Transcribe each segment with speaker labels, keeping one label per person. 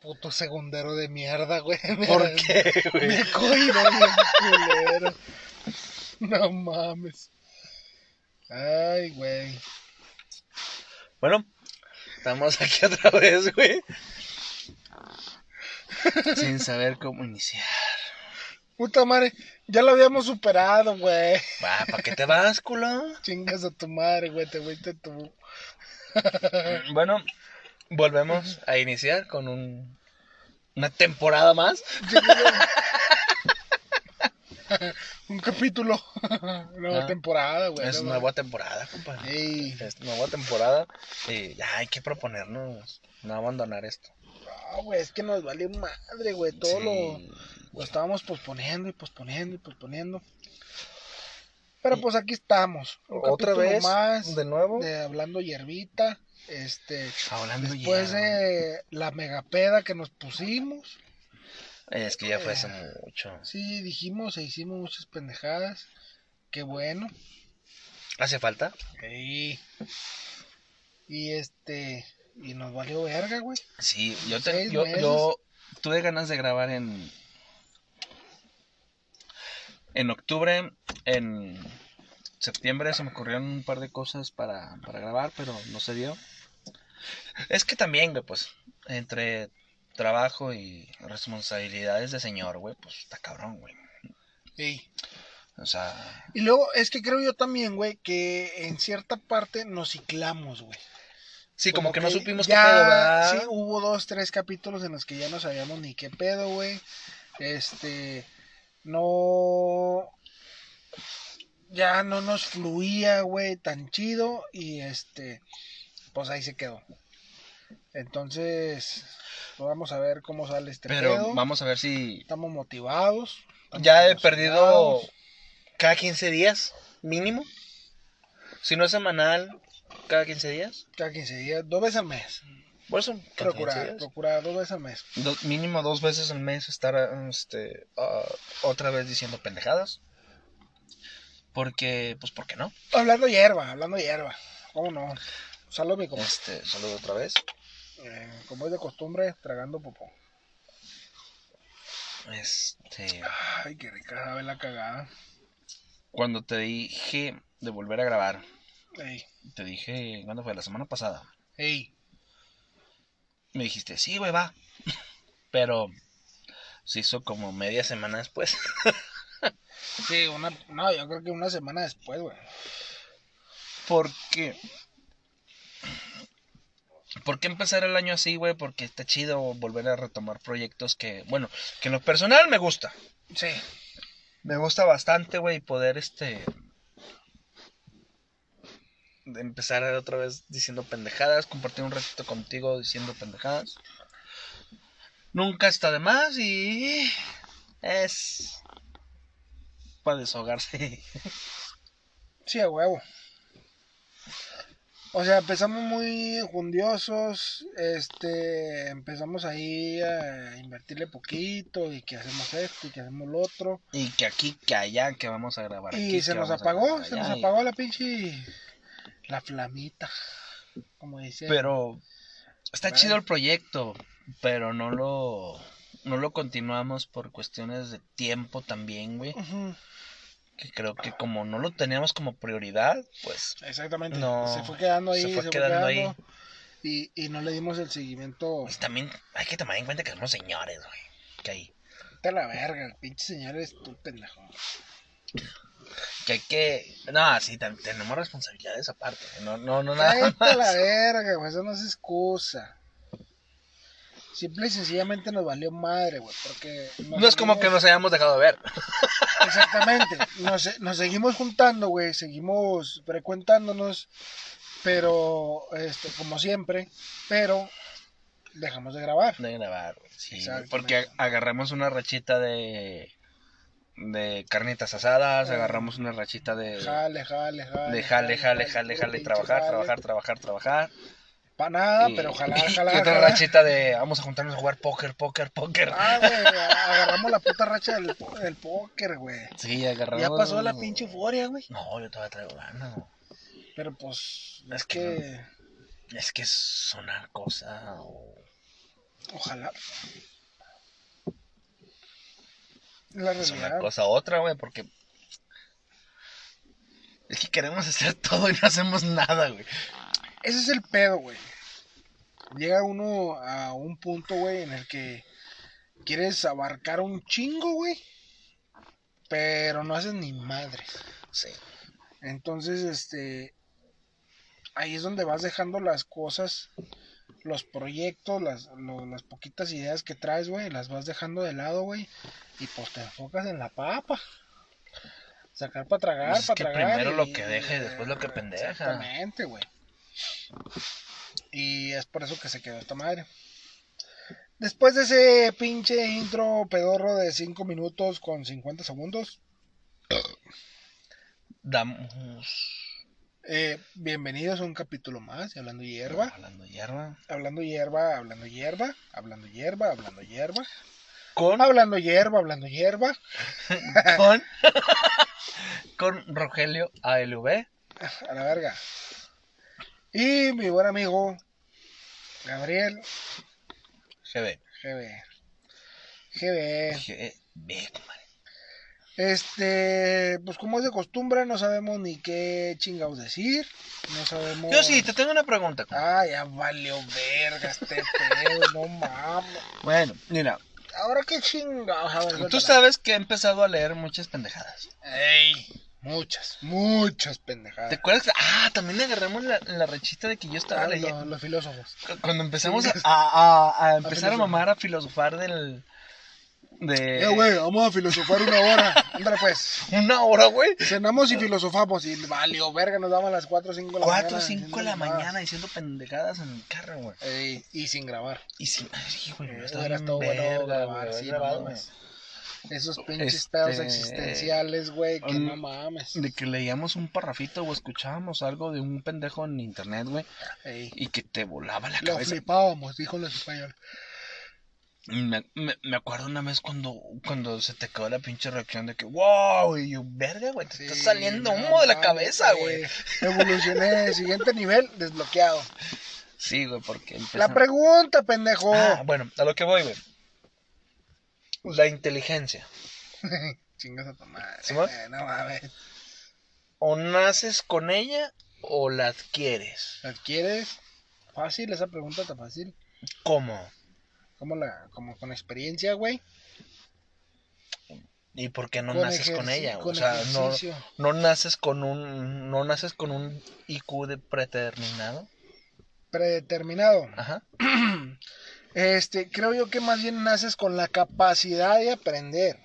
Speaker 1: puto segundero de mierda, güey. Me-
Speaker 2: ¿Por qué, güey?
Speaker 1: Me cohibo bien culero. No mames. Ay, güey.
Speaker 2: Bueno, estamos aquí otra vez, güey. Sin saber cómo iniciar.
Speaker 1: Puta madre, ya lo habíamos superado, güey.
Speaker 2: Va, ¿para qué te vas, culo?
Speaker 1: Chingas a tu madre, güey, te fuiste tú.
Speaker 2: Bueno, volvemos a iniciar con un, una temporada más.
Speaker 1: Un capítulo. Nueva
Speaker 2: Ah,
Speaker 1: temporada, güey.
Speaker 2: es
Speaker 1: no
Speaker 2: nueva temporada, compadre.
Speaker 1: Ey,
Speaker 2: Es nueva temporada y ya hay que proponernos no abandonar esto.
Speaker 1: no, güey, es que nos valió madre, güey. Todo
Speaker 2: Sí,
Speaker 1: lo, lo estábamos posponiendo y posponiendo y posponiendo. Pero pues aquí estamos. Un
Speaker 2: Otra
Speaker 1: capítulo
Speaker 2: vez,
Speaker 1: más
Speaker 2: de nuevo,
Speaker 1: de hablando hierbita. Este,
Speaker 2: hablando
Speaker 1: después
Speaker 2: ya.
Speaker 1: de la megapeda que nos pusimos.
Speaker 2: Es que ya fue hace mucho.
Speaker 1: Sí, dijimos e hicimos muchas pendejadas. Qué bueno.
Speaker 2: ¿Hace falta?
Speaker 1: Y este. Y nos valió verga, güey.
Speaker 2: Sí, yo, te-
Speaker 1: Seis
Speaker 2: yo,
Speaker 1: meses.
Speaker 2: yo tuve ganas de grabar en. En octubre, en septiembre se me ocurrieron un par de cosas para, para grabar, pero no se dio. Es que también, güey, pues, entre trabajo y responsabilidades de señor, güey, pues está cabrón, güey. O sea,
Speaker 1: Y luego, es que creo yo también, güey, que en cierta parte nos ciclamos, güey.
Speaker 2: sí, como, que, no supimos
Speaker 1: ya-
Speaker 2: qué pedo, ¿verdad?
Speaker 1: Sí, hubo dos, tres capítulos en los que ya no sabíamos ni qué pedo, güey. Este. No. Ya no nos fluía, güey, tan chido. Y este. Pues ahí se quedó. Entonces. pues vamos a ver cómo sale este
Speaker 2: Pero
Speaker 1: pedo.
Speaker 2: vamos a ver si
Speaker 1: Estamos motivados. estamos
Speaker 2: Ya he perdido
Speaker 1: emocionados.
Speaker 2: cada 15 días, mínimo. Si no es semanal, cada 15 días.
Speaker 1: Cada 15 días, dos veces al mes.
Speaker 2: Por eso, cada 15
Speaker 1: Procurar,
Speaker 2: días.
Speaker 1: procurar dos veces al mes.
Speaker 2: Do- mínimo dos veces al mes estar este, ah, otra vez diciendo pendejadas. Porque, pues, ¿por qué no?
Speaker 1: Hablando hierba, hablando hierba. ¿Cómo no? Saludos, mi compa.
Speaker 2: Este, saludo otra vez.
Speaker 1: Eh, como es de costumbre, tragando popó.
Speaker 2: Este,
Speaker 1: Ay, qué rica sabe la cagada.
Speaker 2: cuando te dije de volver a grabar,
Speaker 1: Ey,
Speaker 2: te dije, ¿cuándo fue? La semana pasada.
Speaker 1: ey,
Speaker 2: Me dijiste, sí, güey, va. Pero se hizo como media semana después.
Speaker 1: Sí, una, no, yo creo que una semana después, güey.
Speaker 2: Porque. ¿Por qué empezar el año así, güey? Porque está chido volver a retomar proyectos que, bueno, que en lo personal me gusta.
Speaker 1: Sí,
Speaker 2: Me gusta bastante, güey, poder este. de Empezar otra vez diciendo pendejadas, compartir un ratito contigo diciendo pendejadas. Nunca está de más y. es. para desahogarse.
Speaker 1: sí, a huevo. O sea, empezamos muy jundiosos, este, empezamos ahí a invertirle poquito y que hacemos esto y que hacemos lo otro.
Speaker 2: Y que aquí, que allá, que vamos a grabar. aquí,
Speaker 1: Y
Speaker 2: que
Speaker 1: se nos
Speaker 2: vamos a
Speaker 1: apagó,
Speaker 2: grabar
Speaker 1: se nos
Speaker 2: allá, y-
Speaker 1: apagó la pinche. La flamita. Como dice.
Speaker 2: Pero está
Speaker 1: Vale.
Speaker 2: chido el proyecto, pero no lo no lo continuamos por cuestiones de tiempo también, güey,
Speaker 1: Ujú,
Speaker 2: que creo que como no lo teníamos como prioridad, pues
Speaker 1: Exactamente.
Speaker 2: No,
Speaker 1: se fue quedando ahí.
Speaker 2: se fue quedando ahí.
Speaker 1: Y, y no le dimos el seguimiento.
Speaker 2: pues, también hay que tomar en cuenta que somos señores, güey, que hay
Speaker 1: Está la verga, el pinche señor es tú, pendejo.
Speaker 2: que hay que no, sí tam- tenemos responsabilidades aparte, no no no nada.
Speaker 1: Está la verga, güey, eso no es excusa. Simple y sencillamente nos valió madre, güey, porque...
Speaker 2: No es como que nos hayamos dejado de ver.
Speaker 1: Exactamente. Nos, nos seguimos juntando, güey. Seguimos frecuentándonos. Pero, este, como siempre. Pero dejamos de grabar.
Speaker 2: De grabar, güey. Sí,
Speaker 1: Exactamente.
Speaker 2: porque ag- agarramos una rachita de de carnitas asadas,
Speaker 1: Ah.
Speaker 2: agarramos una rachita de
Speaker 1: Jale, jale, jale.
Speaker 2: de jale, jale, jale, jale,
Speaker 1: pinche
Speaker 2: trabajar,
Speaker 1: jale.
Speaker 2: trabajar, trabajar, trabajar.
Speaker 1: Pa' nada,
Speaker 2: Y-
Speaker 1: Ah, pero jalar,
Speaker 2: y
Speaker 1: jalar.
Speaker 2: otra
Speaker 1: jalar.
Speaker 2: rachita de vamos a juntarnos a jugar póker, póker, póker.
Speaker 1: Ah, güey, agarramos la puta racha del, del póker, güey.
Speaker 2: Sí, agarramos.
Speaker 1: Ya pasó la pinche euforia, güey.
Speaker 2: No, yo todavía traigo ganas.
Speaker 1: Pero pues,
Speaker 2: Es
Speaker 1: es
Speaker 2: que
Speaker 1: que.
Speaker 2: Es que es una cosa. o-
Speaker 1: Ojalá. La
Speaker 2: Es una
Speaker 1: realidad.
Speaker 2: cosa a otra, güey, porque. Es que queremos hacer todo y no hacemos nada, güey.
Speaker 1: Ese es el pedo, güey. Llega uno a un punto, güey, en el que quieres abarcar un chingo, güey. Pero no haces ni madres.
Speaker 2: Sí.
Speaker 1: Entonces, este, ahí es donde vas dejando las cosas, los proyectos, las, lo- las poquitas ideas que traes, güey, las vas dejando de lado, güey, y pues te enfocas en la papa. Sacar para tragar,
Speaker 2: Pues es
Speaker 1: para
Speaker 2: que
Speaker 1: tragar. eh,
Speaker 2: primero lo que deja y después lo que pendeja.
Speaker 1: Exactamente, güey. Y es por eso que se quedó esta madre. Después de ese pinche intro pedorro de 5 minutos con 50 segundos,
Speaker 2: Damos.
Speaker 1: Eh, bienvenidos a un capítulo más de Hablando Hierba.
Speaker 2: Hablando hierba.
Speaker 1: Hablando Hierba, hablando Hierba, hablando Hierba, hablando Hierba.
Speaker 2: Con.
Speaker 1: Hablando Hierba, hablando Hierba.
Speaker 2: Con. con Rogelio ALV.
Speaker 1: Ah, A la verga. Y mi buen amigo Gabriel
Speaker 2: GB.
Speaker 1: GB. GB.
Speaker 2: E GB, compadre.
Speaker 1: Este, pues como es de costumbre, no sabemos ni qué chingados decir. No sabemos.
Speaker 2: Yo sí, te tengo una pregunta. compadre.
Speaker 1: Ah, ya valió verga este pedo, no mames.
Speaker 2: Bueno, mira.
Speaker 1: Ahora qué chingados. A ver,
Speaker 2: Tú
Speaker 1: suéltala.
Speaker 2: sabes que he empezado a leer muchas pendejadas.
Speaker 1: Ey, muchas, muchas pendejadas.
Speaker 2: ¿Te acuerdas? Ah, también agarramos la, la rechita de que yo estaba
Speaker 1: Ah,
Speaker 2: leyendo.
Speaker 1: no, los filósofos.
Speaker 2: Cu- Cuando empezamos a, a- a- a empezar a,
Speaker 1: filosofar.
Speaker 2: mamar, a filosofar del. de.
Speaker 1: Eh, güey, vamos a filosofar una hora. Ándale, pues.
Speaker 2: Una hora, güey.
Speaker 1: Cenamos y filosofamos. Y valió, verga, nos daban las 4 o 5 de la mañana.
Speaker 2: 4 o 5 de la
Speaker 1: haciendo
Speaker 2: mañana diciendo pendejadas en el carro, güey.
Speaker 1: mamadas. Ey, y sin grabar.
Speaker 2: Y sin. Ay, güey,
Speaker 1: Eh,
Speaker 2: estaba
Speaker 1: hubiera
Speaker 2: bien
Speaker 1: estado bueno
Speaker 2: verga,
Speaker 1: grabar,
Speaker 2: güey,
Speaker 1: sí,
Speaker 2: grabado,
Speaker 1: no
Speaker 2: güey.
Speaker 1: mames. Esos pinches
Speaker 2: Este,
Speaker 1: pedos existenciales, güey, que
Speaker 2: un-
Speaker 1: no mames.
Speaker 2: De que leíamos un parrafito o escuchábamos algo de un pendejo en internet, güey,
Speaker 1: Ey,
Speaker 2: y que te volaba la
Speaker 1: Lo
Speaker 2: cabeza.
Speaker 1: flipábamos, dijo los españoles.
Speaker 2: Me, me- me acuerdo una vez cuando, cuando se te quedó la pinche reacción de que, wow, y yo, verga, güey, te está
Speaker 1: Sí,
Speaker 2: saliendo
Speaker 1: no
Speaker 2: humo de la
Speaker 1: mames,
Speaker 2: cabeza, güey.
Speaker 1: eh, Evolucioné, siguiente nivel, desbloqueado.
Speaker 2: Sí, güey, porque
Speaker 1: La
Speaker 2: empezamos-
Speaker 1: pregunta, pendejo.
Speaker 2: Ah, bueno, a lo que voy, güey. La inteligencia.
Speaker 1: Chingas a tu madre.
Speaker 2: ¿Simón?
Speaker 1: eh, no mames.
Speaker 2: O naces con ella o la adquieres.
Speaker 1: ¿La adquieres? Fácil, esa pregunta está fácil.
Speaker 2: ¿Cómo?
Speaker 1: Como la, como con experiencia, güey.
Speaker 2: ¿Y por qué no
Speaker 1: Con
Speaker 2: naces con
Speaker 1: ejerci-
Speaker 2: ella?
Speaker 1: con
Speaker 2: o sea, no,
Speaker 1: ejercicio.
Speaker 2: no naces con un no naces con un IQ de predeterminado.
Speaker 1: Predeterminado.
Speaker 2: Ajá.
Speaker 1: Este, creo yo que más bien naces con la capacidad de aprender.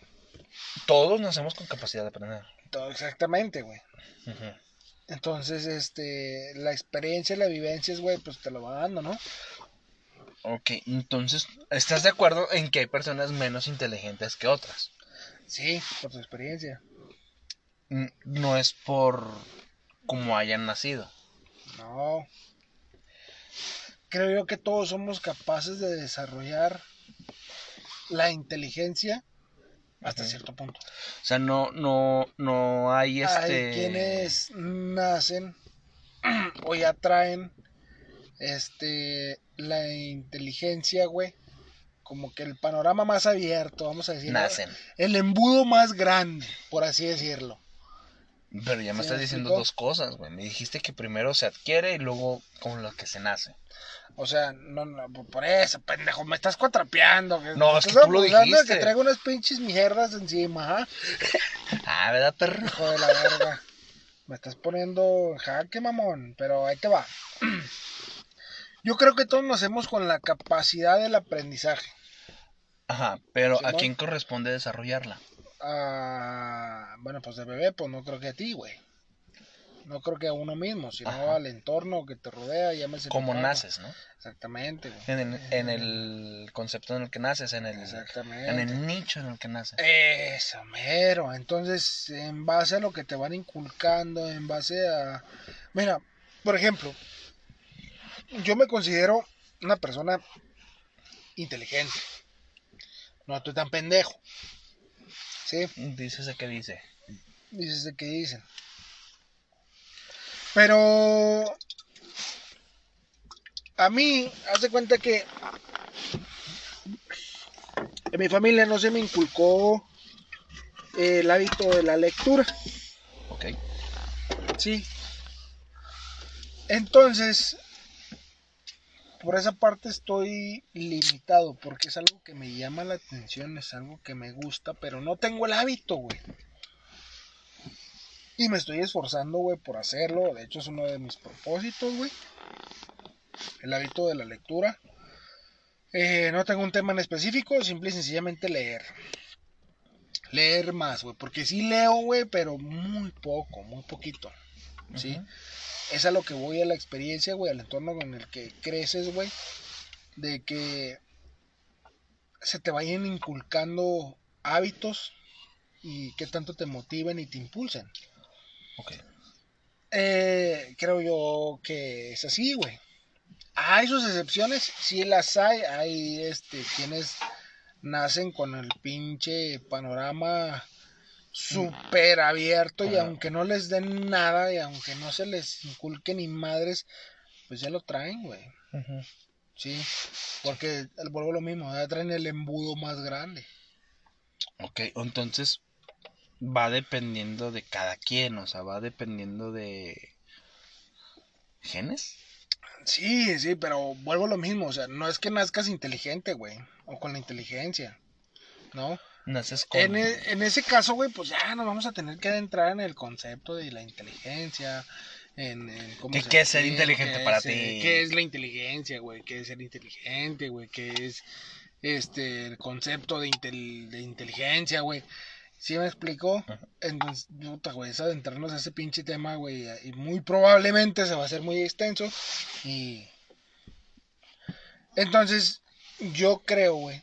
Speaker 2: Todos nacemos con capacidad de aprender.
Speaker 1: Todo exactamente, güey.
Speaker 2: Ujú.
Speaker 1: Entonces, este, la experiencia y la vivencia, güey, pues te lo va dando, ¿no?
Speaker 2: Ok, entonces, ¿estás de acuerdo en que hay personas menos inteligentes que otras?
Speaker 1: Sí, por tu experiencia.
Speaker 2: N- No es por cómo hayan nacido.
Speaker 1: No. Creo yo que todos somos capaces de desarrollar la inteligencia hasta
Speaker 2: Ujú.
Speaker 1: cierto punto.
Speaker 2: O sea, no, no, no hay este.
Speaker 1: Hay quienes nacen o ya traen este la inteligencia, güey. Como que el panorama más abierto, vamos a decir. ¿no?
Speaker 2: Nacen.
Speaker 1: El embudo más grande, por así decirlo.
Speaker 2: Pero ya me
Speaker 1: ¿Sí
Speaker 2: estás
Speaker 1: me
Speaker 2: diciendo
Speaker 1: explico?
Speaker 2: dos cosas, güey. Me dijiste que primero se adquiere y luego con lo que se nace.
Speaker 1: O sea, no, no, por eso, pendejo, me estás cuatrapeando. que-
Speaker 2: No,
Speaker 1: me
Speaker 2: es que
Speaker 1: estás
Speaker 2: tú lo
Speaker 1: acusando de
Speaker 2: dijiste.
Speaker 1: que traigo unas pinches mierdas encima, ajá.
Speaker 2: Ah, ¿verdad, perro?
Speaker 1: Hijo de la verga. Me estás poniendo en jaque, mamón. Pero ahí te va. Yo creo que todos nacemos con la capacidad del aprendizaje.
Speaker 2: Ajá, pero ¿a
Speaker 1: Simón.
Speaker 2: quién corresponde desarrollarla?
Speaker 1: Ah, bueno, pues de bebé, pues no creo que a ti, güey. No creo que a uno mismo, sino
Speaker 2: Ajá.
Speaker 1: al entorno que te rodea. Llámese
Speaker 2: ¿Cómo
Speaker 1: papá.
Speaker 2: naces, no?
Speaker 1: Exactamente, güey.
Speaker 2: En el, en el concepto en el que naces, en el,
Speaker 1: Mm. Exactamente.
Speaker 2: en el nicho en el que naces.
Speaker 1: Eso, mero. Entonces, en base a lo que te van inculcando, en base a... Mira, por ejemplo, yo me considero una persona inteligente. No estoy tan pendejo. ¿Sí?
Speaker 2: Dices a qué dice.
Speaker 1: Dices de qué dicen. Pero... A mí, hace cuenta que En mi familia no se me inculcó eh, el hábito de la lectura.
Speaker 2: Ok.
Speaker 1: Sí. Entonces, por esa parte estoy limitado, porque es algo que me llama la atención, es algo que me gusta, pero no tengo el hábito, güey. Y me estoy esforzando, güey, por hacerlo. De hecho, es uno de mis propósitos, güey. El hábito de la lectura. Eh, no tengo un tema en específico, simple y sencillamente leer. Leer más, güey. Porque sí leo, güey, pero muy poco, muy poquito. ¿Sí?
Speaker 2: Ujú.
Speaker 1: es a lo que voy a la experiencia, güey, al entorno con el que creces, güey, de que se te vayan inculcando hábitos y que tanto te motiven y te impulsen.
Speaker 2: Ok.
Speaker 1: Eh, creo yo que es así, güey. Hay sus excepciones, sí las hay. Hay este, quienes nacen con el pinche panorama súper abierto y
Speaker 2: Ajá.
Speaker 1: aunque no les den nada y aunque no se les inculque ni madres, pues ya lo traen, güey. Sí, porque vuelvo a lo mismo, ya traen el embudo más grande.
Speaker 2: Ok, entonces va dependiendo de cada quien, o sea, va dependiendo de genes.
Speaker 1: Sí, sí, pero vuelvo a lo mismo, o sea, no es que nazcas inteligente, güey, o con la inteligencia, ¿no?
Speaker 2: Naces con...
Speaker 1: En, e- en ese caso, güey, pues ya nos vamos a tener que adentrar en el concepto de la inteligencia, en, en cómo
Speaker 2: ¿Qué-
Speaker 1: se
Speaker 2: qué es ser
Speaker 1: aprende,
Speaker 2: inteligente
Speaker 1: qué
Speaker 2: para
Speaker 1: es, eh,
Speaker 2: ti?
Speaker 1: ¿Qué es la inteligencia, güey? ¿Qué es ser inteligente, güey? ¿Qué es este el concepto de, intel- de inteligencia, güey? ¿Sí me explicó?
Speaker 2: Ajá.
Speaker 1: Entonces, puta, güey, es adentrarnos a ese pinche tema, güey, y muy probablemente se va a hacer muy extenso y... Entonces, yo creo, güey,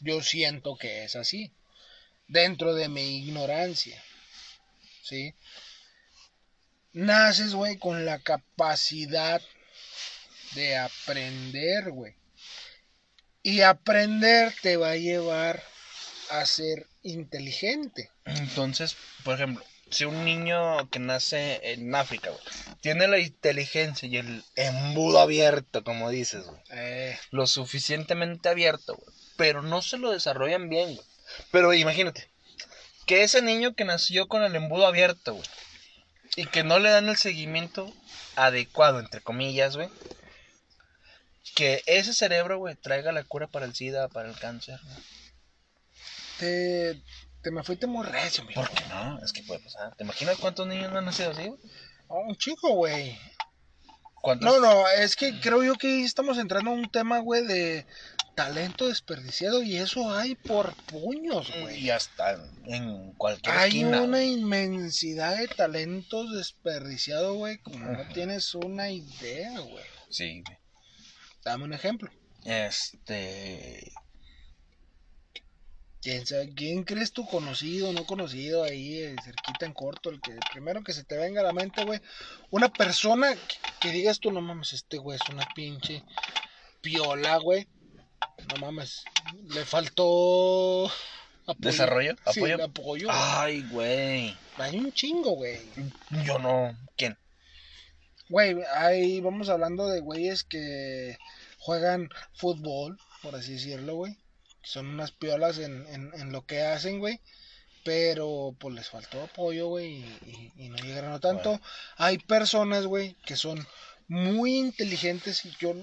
Speaker 1: yo siento que es así, dentro de mi ignorancia, ¿sí? Naces, güey, con la capacidad de aprender, güey. Y aprender te va a llevar a ser inteligente.
Speaker 2: Entonces, por ejemplo, si un niño que nace en África, güey, tiene la inteligencia y el embudo abierto, como dices, güey,
Speaker 1: Eh,
Speaker 2: lo suficientemente abierto, güey, pero no se lo desarrollan bien, güey. Pero imagínate, que ese niño que nació con el embudo abierto, güey, y que no le dan el seguimiento adecuado, entre comillas, güey, que ese cerebro, güey, traiga la cura para el SIDA, para el cáncer, güey.
Speaker 1: te, te me fuiste muy recio, mi
Speaker 2: ¿Por qué no? Es que puede pasar. ¿Te imaginas cuántos niños no han nacido así, güey?
Speaker 1: Oh, un chico, güey.
Speaker 2: ¿Cuántos?
Speaker 1: No, no, es que creo yo que estamos entrando a un tema, güey, de talento desperdiciado y eso hay por puños, güey.
Speaker 2: Y hasta en cualquier
Speaker 1: Hay
Speaker 2: esquina.
Speaker 1: una
Speaker 2: güey.
Speaker 1: inmensidad de talentos desperdiciados, güey, como no
Speaker 2: Ajá.
Speaker 1: tienes una idea, güey.
Speaker 2: Sí, güey.
Speaker 1: Dame un ejemplo.
Speaker 2: Este.
Speaker 1: ¿Quién, sabe- quién crees tu conocido, no conocido ahí, eh, cerquita en corto, el que primero que se te venga a la mente, güey? Una persona que, que digas tú, no mames, este güey es una pinche piola, güey. No mames, le faltó apoyo.
Speaker 2: ¿Desarrollo?
Speaker 1: Sí,
Speaker 2: ¿Apoyo? Ah.
Speaker 1: el apoyo.
Speaker 2: Ay, güey.
Speaker 1: güey. Hay un chingo, güey.
Speaker 2: Yo no. ¿Quién?
Speaker 1: Güey, ahí vamos hablando de güeyes que juegan fútbol, por así decirlo, güey. Son unas piolas en, en, en lo que hacen, güey. Pero pues les faltó apoyo, güey, y, y- y no llegaron a tanto.
Speaker 2: Bueno.
Speaker 1: Hay personas, güey, que son muy inteligentes y yo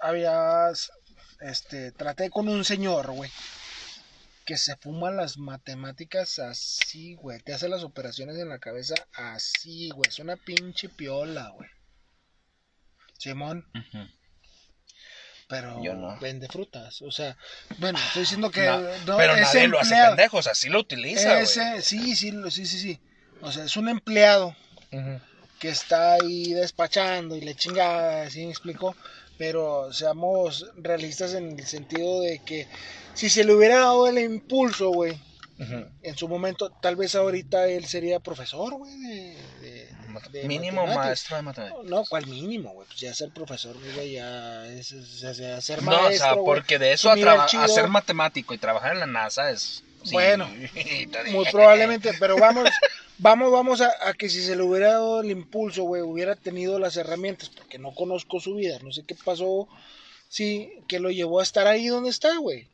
Speaker 1: había, este, traté con un señor, güey, que se fuma las matemáticas así, güey. Te hace las operaciones en la cabeza así, güey. Es una pinche piola, güey. Simón, pero
Speaker 2: Yo no.
Speaker 1: vende frutas. O sea, bueno, estoy diciendo que
Speaker 2: No,
Speaker 1: no,
Speaker 2: Pero
Speaker 1: es
Speaker 2: nadie lo hace
Speaker 1: empleado.
Speaker 2: pendejo, o sea, sí lo utiliza, güey.
Speaker 1: Ese- sí, sí, lo- sí, sí, sí. O sea, es un empleado
Speaker 2: Ujú.
Speaker 1: que está ahí despachando y le chingada, así me explico. Pero seamos realistas en el sentido de que si se le hubiera dado el impulso, güey,
Speaker 2: Ujú.
Speaker 1: en su momento, tal vez ahorita él sería profesor, güey, de, de- de
Speaker 2: Mínimo
Speaker 1: matemáticas.
Speaker 2: maestro de matemáticas.
Speaker 1: No, ¿cuál mínimo, güey? Pues ya ser profesor, güey, ya es, es- es- es ser
Speaker 2: No, o
Speaker 1: maestro,
Speaker 2: sea,
Speaker 1: güey.
Speaker 2: porque de eso
Speaker 1: un
Speaker 2: a, traba-
Speaker 1: nivel chido.
Speaker 2: a ser matemático y trabajar en la NASA es. sí,
Speaker 1: Bueno,
Speaker 2: te dije.
Speaker 1: Muy probablemente, pero vamos, vamos, vamos a, a que si se le hubiera dado el impulso, güey, hubiera tenido las herramientas, porque no conozco su vida, no sé qué pasó, sí, que lo llevó a estar ahí donde está, güey.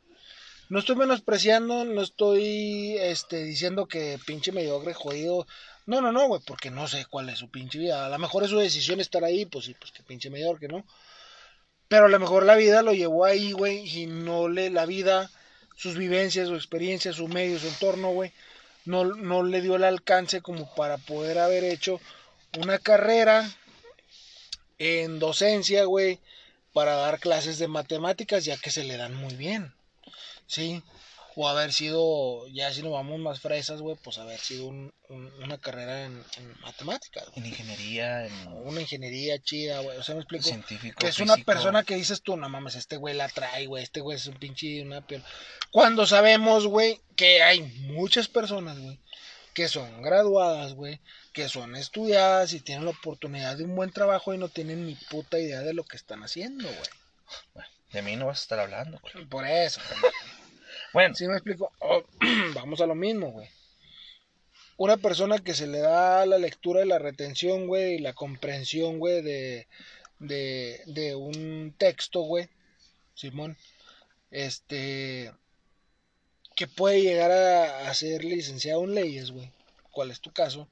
Speaker 1: No estoy menospreciando, no estoy este, diciendo que pinche mediocre jodido. No, no, no, güey, porque no sé cuál es su pinche vida. A lo mejor es su decisión estar ahí, pues sí, pues que pinche mediocre, ¿no? Pero a lo mejor la vida lo llevó ahí, güey, y no le, la vida, sus vivencias, su experiencia, su medio, su entorno, güey, no, no le dio el alcance como para poder haber hecho una carrera en docencia, güey, para dar clases de matemáticas, ya que se le dan muy bien, ¿sí? O haber sido, ya si nos vamos más fresas, güey, pues haber sido un- un- una carrera en, en matemáticas, güey.
Speaker 2: En ingeniería, en
Speaker 1: Una ingeniería chida, güey, o sea, me explico.
Speaker 2: científico.
Speaker 1: Que es una
Speaker 2: físico.
Speaker 1: persona que dices tú, no mames, este güey la trae, güey, este güey es un pinche una piel. Cuando sabemos, güey, que hay muchas personas, güey, que son graduadas, güey, que son estudiadas y tienen la oportunidad de un buen trabajo y no tienen ni puta idea de lo que están haciendo, güey.
Speaker 2: De mí no vas a estar hablando, güey.
Speaker 1: Por eso,
Speaker 2: Bueno,
Speaker 1: si me explico, Oh, vamos a lo mismo, güey. Una persona que se le da la lectura y la retención, güey, y la comprensión, güey, de, de, de un texto, güey, Simón, este, que puede llegar a, a ser licenciado en leyes, güey, cuál es tu caso,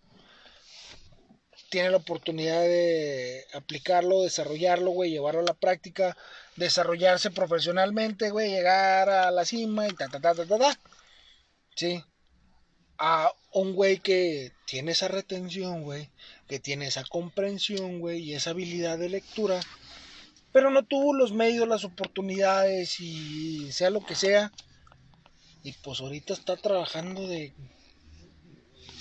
Speaker 1: tiene la oportunidad de aplicarlo, desarrollarlo, güey, llevarlo a la práctica, desarrollarse profesionalmente, güey, llegar a la cima y ta, ta, ta, ta, ta, ta. Sí. A un güey que tiene esa retención, güey, que tiene esa comprensión, güey, y esa habilidad de lectura, pero no tuvo los medios, las oportunidades y sea lo que sea. Y pues ahorita está trabajando de...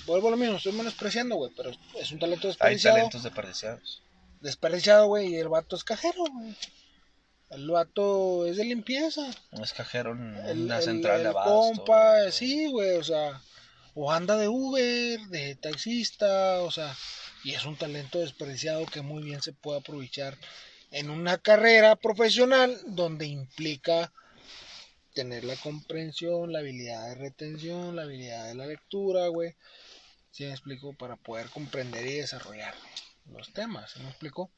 Speaker 1: Vuelvo a lo mismo, estoy menospreciando, güey, pero es un talento
Speaker 2: hay
Speaker 1: desperdiciado
Speaker 2: talentos desperdiciados.
Speaker 1: desperdiciado, güey, y el vato es cajero, güey. El vato es de limpieza.
Speaker 2: Es cajero en
Speaker 1: El,
Speaker 2: una
Speaker 1: el-
Speaker 2: central
Speaker 1: el
Speaker 2: de abasto.
Speaker 1: compa,
Speaker 2: o-
Speaker 1: sí, güey, o sea, o anda de Uber, de taxista, o sea, y es un talento desperdiciado que muy bien se puede aprovechar en una carrera profesional donde implica tener la comprensión, la habilidad de retención, la habilidad de la lectura, güey. ¿Sí me explico? Para poder comprender y desarrollar los temas, ¿sí me explico?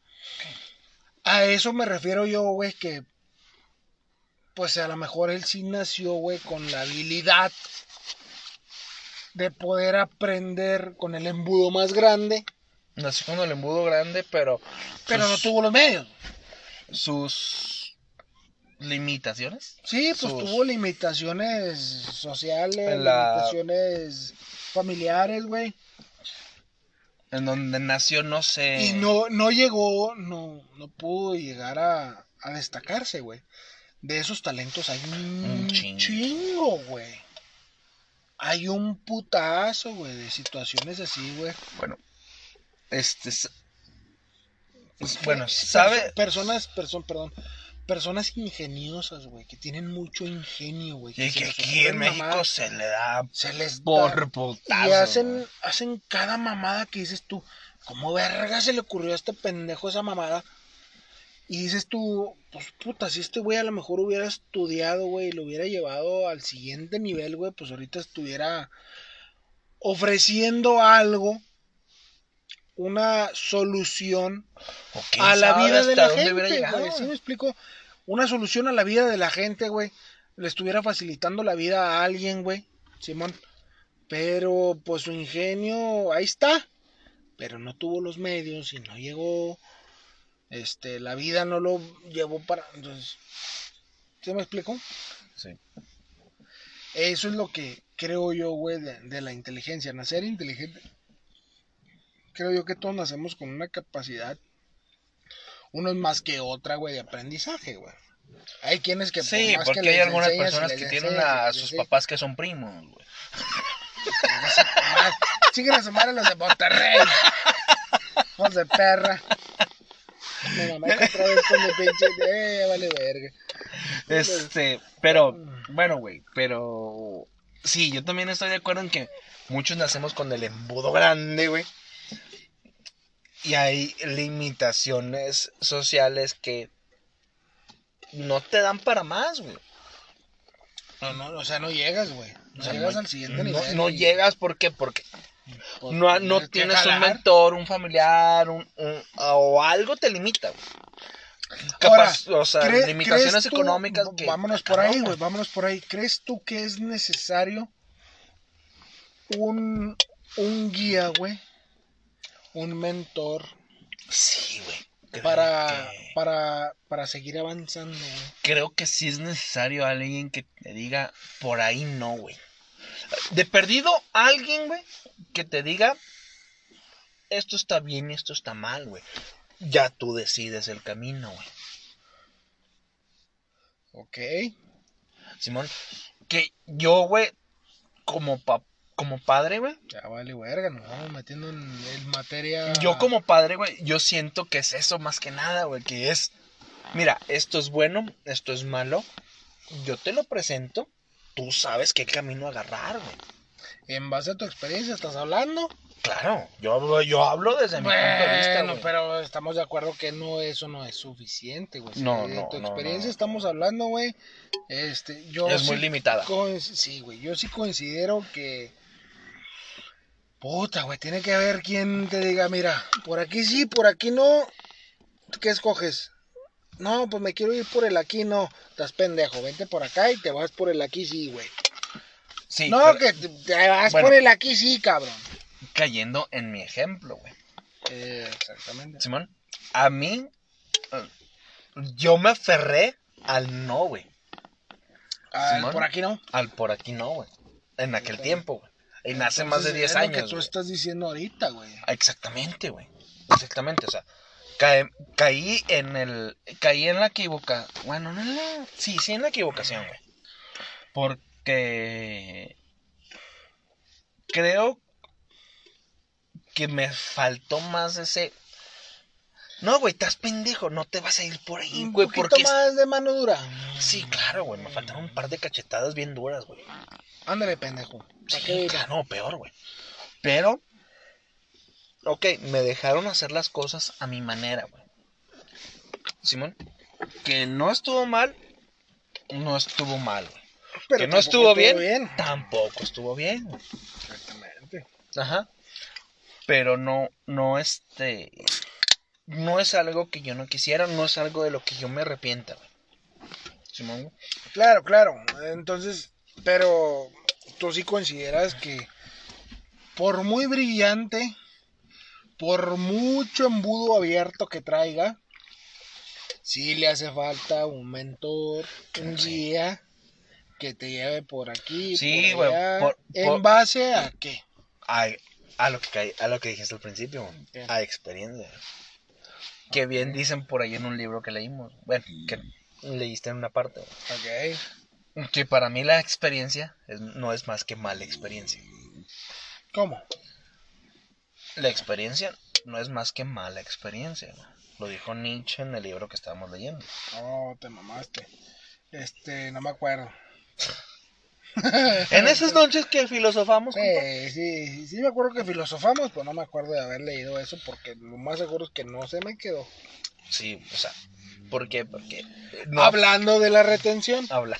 Speaker 1: A eso me refiero yo, güey, que pues a lo mejor él sí nació, güey, con la habilidad de poder aprender con el embudo más grande,
Speaker 2: Nació con el embudo grande, pero. pues,
Speaker 1: pero no
Speaker 2: sus-
Speaker 1: tuvo los medios.
Speaker 2: Sus limitaciones.
Speaker 1: Sí, pues
Speaker 2: Sus-
Speaker 1: tuvo limitaciones sociales,
Speaker 2: En la-
Speaker 1: limitaciones familiares, güey.
Speaker 2: En donde nació, no sé.
Speaker 1: Y no, no llegó, no, no pudo llegar a, a destacarse, güey. De esos talentos hay un,
Speaker 2: Un chingo.
Speaker 1: chingo. güey. Hay un putazo, güey, de situaciones así, güey.
Speaker 2: Bueno. Este. s- pues, bueno, sabe.
Speaker 1: Perso- Personas, perso- perdón, personas ingeniosas, güey, que tienen mucho ingenio, güey.
Speaker 2: Y
Speaker 1: se
Speaker 2: que
Speaker 1: les
Speaker 2: aquí en
Speaker 1: ocurren
Speaker 2: México
Speaker 1: mamadas,
Speaker 2: se le da
Speaker 1: se les da-
Speaker 2: por
Speaker 1: Y
Speaker 2: putazo.
Speaker 1: hacen, hacen cada mamada que dices tú, ¿cómo verga se le ocurrió a este pendejo esa mamada? Y dices tú, pues puta, si este güey a lo mejor hubiera estudiado, güey, y lo hubiera llevado al siguiente nivel, güey, pues ahorita estuviera ofreciendo algo, una solución
Speaker 2: O quién
Speaker 1: a la
Speaker 2: sabe
Speaker 1: vida de
Speaker 2: hasta
Speaker 1: la
Speaker 2: dónde
Speaker 1: gente,
Speaker 2: hubiera llegado.
Speaker 1: güey. ¿Sí me explico? Una solución a la vida de la gente, güey. Le estuviera facilitando la vida a alguien, güey. Simón. Pero, pues, su ingenio, ahí está. Pero no tuvo los medios y no llegó. Este, la vida no lo llevó para... Entonces, ¿sí me explico?
Speaker 2: Sí.
Speaker 1: Eso es lo que creo yo, güey, de, de la inteligencia. Nacer inteligente. Creo yo que todos nacemos con una capacidad, unos más que otra, güey, de aprendizaje, güey. Hay quienes que... por
Speaker 2: Sí,
Speaker 1: más que
Speaker 2: porque
Speaker 1: les
Speaker 2: hay algunas
Speaker 1: enseñas,
Speaker 2: personas
Speaker 1: les
Speaker 2: que
Speaker 1: enseñas,
Speaker 2: tienen a
Speaker 1: les
Speaker 2: sus
Speaker 1: enseñas,
Speaker 2: papás que son primos, güey.
Speaker 1: chingas a tu madre. Chingan a su madre los de Monterrey. Hijos de perra. Mi mamá que otra vez con mi pinche... Eh, vale verga.
Speaker 2: Este, pero, bueno, güey, pero sí, yo también estoy de acuerdo en que muchos nacemos con el embudo grande, güey. Y hay limitaciones sociales que no te dan para más, güey.
Speaker 1: No, no, o sea, no llegas, güey. No
Speaker 2: O sea,
Speaker 1: llegas
Speaker 2: no-
Speaker 1: al siguiente
Speaker 2: no,
Speaker 1: nivel.
Speaker 2: no
Speaker 1: y-
Speaker 2: llegas, ¿por qué? Porque
Speaker 1: pues,
Speaker 2: no, no
Speaker 1: que
Speaker 2: tienes un
Speaker 1: jalar.
Speaker 2: mentor, un familiar, un, un- o algo te limita, güey. Capaz, o sea,
Speaker 1: ¿Cre- crees
Speaker 2: limitaciones
Speaker 1: tú-
Speaker 2: económicas que...
Speaker 1: Vámonos por ahí,
Speaker 2: Ah,
Speaker 1: güey, vámonos por ahí. ¿Crees tú que es necesario un, un guía, güey? Un mentor
Speaker 2: Sí, güey. Creo
Speaker 1: para,
Speaker 2: que-
Speaker 1: para, para seguir avanzando, güey.
Speaker 2: Creo que sí es necesario alguien que te diga, por ahí no, güey. De perdido, alguien, güey, que te diga, esto está bien y esto está mal, güey. Ya tú decides el camino, güey.
Speaker 1: Ok.
Speaker 2: Simón, que yo, güey, como, pa- como padre, güey,
Speaker 1: Ya vale, verga, nos vamos metiendo en, en materia.
Speaker 2: Yo como padre, güey, yo siento que es eso más que nada, güey, que es, mira, esto es bueno, esto es malo, yo te lo presento, tú sabes qué camino agarrar, güey.
Speaker 1: En base a tu experiencia, ¿estás hablando?
Speaker 2: Claro, yo, yo hablo desde mi punto de vista,
Speaker 1: Bueno,
Speaker 2: güey.
Speaker 1: pero estamos de acuerdo que no eso no es suficiente, güey. Si
Speaker 2: No,
Speaker 1: de
Speaker 2: no,
Speaker 1: tu
Speaker 2: no,
Speaker 1: experiencia
Speaker 2: no.
Speaker 1: estamos hablando, güey. Este, yo
Speaker 2: Es muy limitada.
Speaker 1: coinc- Sí, güey, yo sí considero que puta, güey, tiene que haber quien te diga, mira, por aquí sí, por aquí no. ¿Tú qué escoges? No, pues me quiero ir por el aquí no. Estás pendejo, vente por acá y te vas por el aquí sí, güey.
Speaker 2: Sí,
Speaker 1: no,
Speaker 2: pero
Speaker 1: que te- te vas
Speaker 2: Bueno.
Speaker 1: por el aquí sí, cabrón.
Speaker 2: cayendo en mi ejemplo, güey.
Speaker 1: Eh, exactamente.
Speaker 2: Simón, a mí, eh, yo me aferré al no, güey.
Speaker 1: Ah,
Speaker 2: Simón.
Speaker 1: por aquí no.
Speaker 2: Al por aquí no, güey. En aquel
Speaker 1: Entiendo.
Speaker 2: tiempo, güey. En hace más de
Speaker 1: Entonces,
Speaker 2: 10
Speaker 1: es
Speaker 2: años.
Speaker 1: Lo que tú
Speaker 2: güey.
Speaker 1: estás diciendo ahorita, güey.
Speaker 2: Ah, Exactamente, güey. Exactamente, o sea, cae- caí en el caí en la equivocación. Bueno, no en la, sí, sí en la equivocación, güey. Porque creo que me faltó más ese No, güey, estás pendejo, no te vas a ir por ahí,
Speaker 1: Un
Speaker 2: güey,
Speaker 1: poquito
Speaker 2: porque
Speaker 1: más de mano dura.
Speaker 2: sí, claro, güey, me faltaron un par de cachetadas bien duras, güey.
Speaker 1: Ándale, pendejo. ¿Para qué
Speaker 2: Sí,
Speaker 1: vive?
Speaker 2: claro, no, peor, güey. Pero, ok, me dejaron hacer las cosas a mi manera, güey. Simón, que no estuvo mal, no estuvo mal, güey.
Speaker 1: Pero
Speaker 2: que no
Speaker 1: tampoco
Speaker 2: estuvo bien, tampoco estuvo bien, güey.
Speaker 1: Exactamente.
Speaker 2: Ajá. Pero no, no, este. No es algo que yo no quisiera, no es algo de lo que yo me arrepienta, güey. Simón, güey.
Speaker 1: Claro, claro. Entonces, pero tú sí consideras que por muy brillante, por mucho embudo abierto que traiga, sí le hace falta un mentor, un
Speaker 2: Sí.
Speaker 1: guía que te lleve por aquí,
Speaker 2: Sí,
Speaker 1: por
Speaker 2: güey,
Speaker 1: allá.
Speaker 2: por-
Speaker 1: ¿En
Speaker 2: por-
Speaker 1: base a qué?
Speaker 2: Ay, a, lo que, ca- a lo que dijiste al principio, güey.
Speaker 1: ¿Qué?
Speaker 2: a experiencia. Que bien dicen por ahí en un libro que leímos. Bueno, que leíste en una parte. güey.
Speaker 1: Ok.
Speaker 2: Que para mí la experiencia es- no es más que mala experiencia.
Speaker 1: ¿Cómo?
Speaker 2: La experiencia no es más que mala experiencia. güey. Lo dijo Nietzsche en el libro que estábamos leyendo.
Speaker 1: No, te mamaste. Este, no me acuerdo.
Speaker 2: En esas noches que filosofamos, compa,
Speaker 1: Sí, sí, sí, sí me acuerdo que filosofamos, pero no me acuerdo de haber leído eso porque lo más seguro es que no se me quedó.
Speaker 2: Sí, o sea, ¿por qué? Porque no
Speaker 1: Hablando de la retención.
Speaker 2: habla.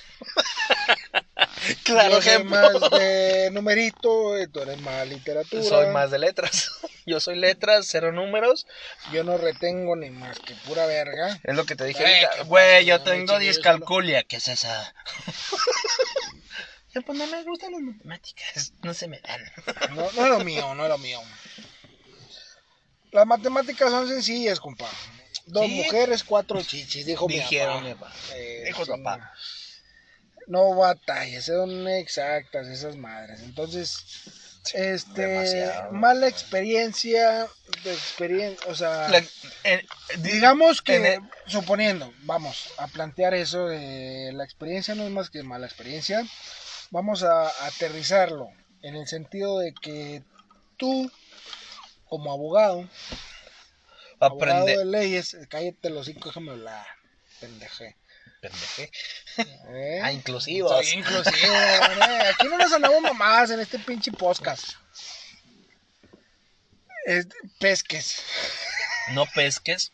Speaker 2: claro,
Speaker 1: yo soy
Speaker 2: ejemplo.
Speaker 1: más de numerito, eh, tú eres más literatura.
Speaker 2: Soy más de letras. Yo soy letras, cero números.
Speaker 1: Yo no retengo ni más que pura verga.
Speaker 2: Es lo que te dije
Speaker 1: Eh,
Speaker 2: ahorita.
Speaker 1: qué
Speaker 2: Güey, yo
Speaker 1: pasa, no me
Speaker 2: tengo
Speaker 1: chingues,
Speaker 2: discalculia. ¿Qué es esa? Yo, pues no me gustan las matemáticas. No se me dan.
Speaker 1: No, no es lo mío, no es lo mío. Las matemáticas son sencillas, compa. Dos
Speaker 2: Sí.
Speaker 1: mujeres, cuatro chichis, dijo
Speaker 2: Dijeron,
Speaker 1: mi
Speaker 2: mi
Speaker 1: papá.
Speaker 2: papá.
Speaker 1: Eh,
Speaker 2: Dijo tu
Speaker 1: son-
Speaker 2: papá.
Speaker 1: no batallas, son exactas esas madres. Entonces, este,
Speaker 2: demasiado.
Speaker 1: mala experiencia, de experiencia, o sea,
Speaker 2: La- eh, en-
Speaker 1: digamos que,
Speaker 2: en e- el-
Speaker 1: suponiendo, vamos a plantear eso de la experiencia no es más que mala experiencia, vamos a aterrizarlo en el sentido de que tú, como abogado, abogado
Speaker 2: aprende.
Speaker 1: de leyes, cállate los cinco, déjame hablar, pendeje.
Speaker 2: Pendeje.
Speaker 1: ¿eh?
Speaker 2: Ah, inclusivos.
Speaker 1: Soy inclusivo, ¿eh? Aquí no nos andamos mamadas en este pinche podcast. Este, pesques.
Speaker 2: No pesques.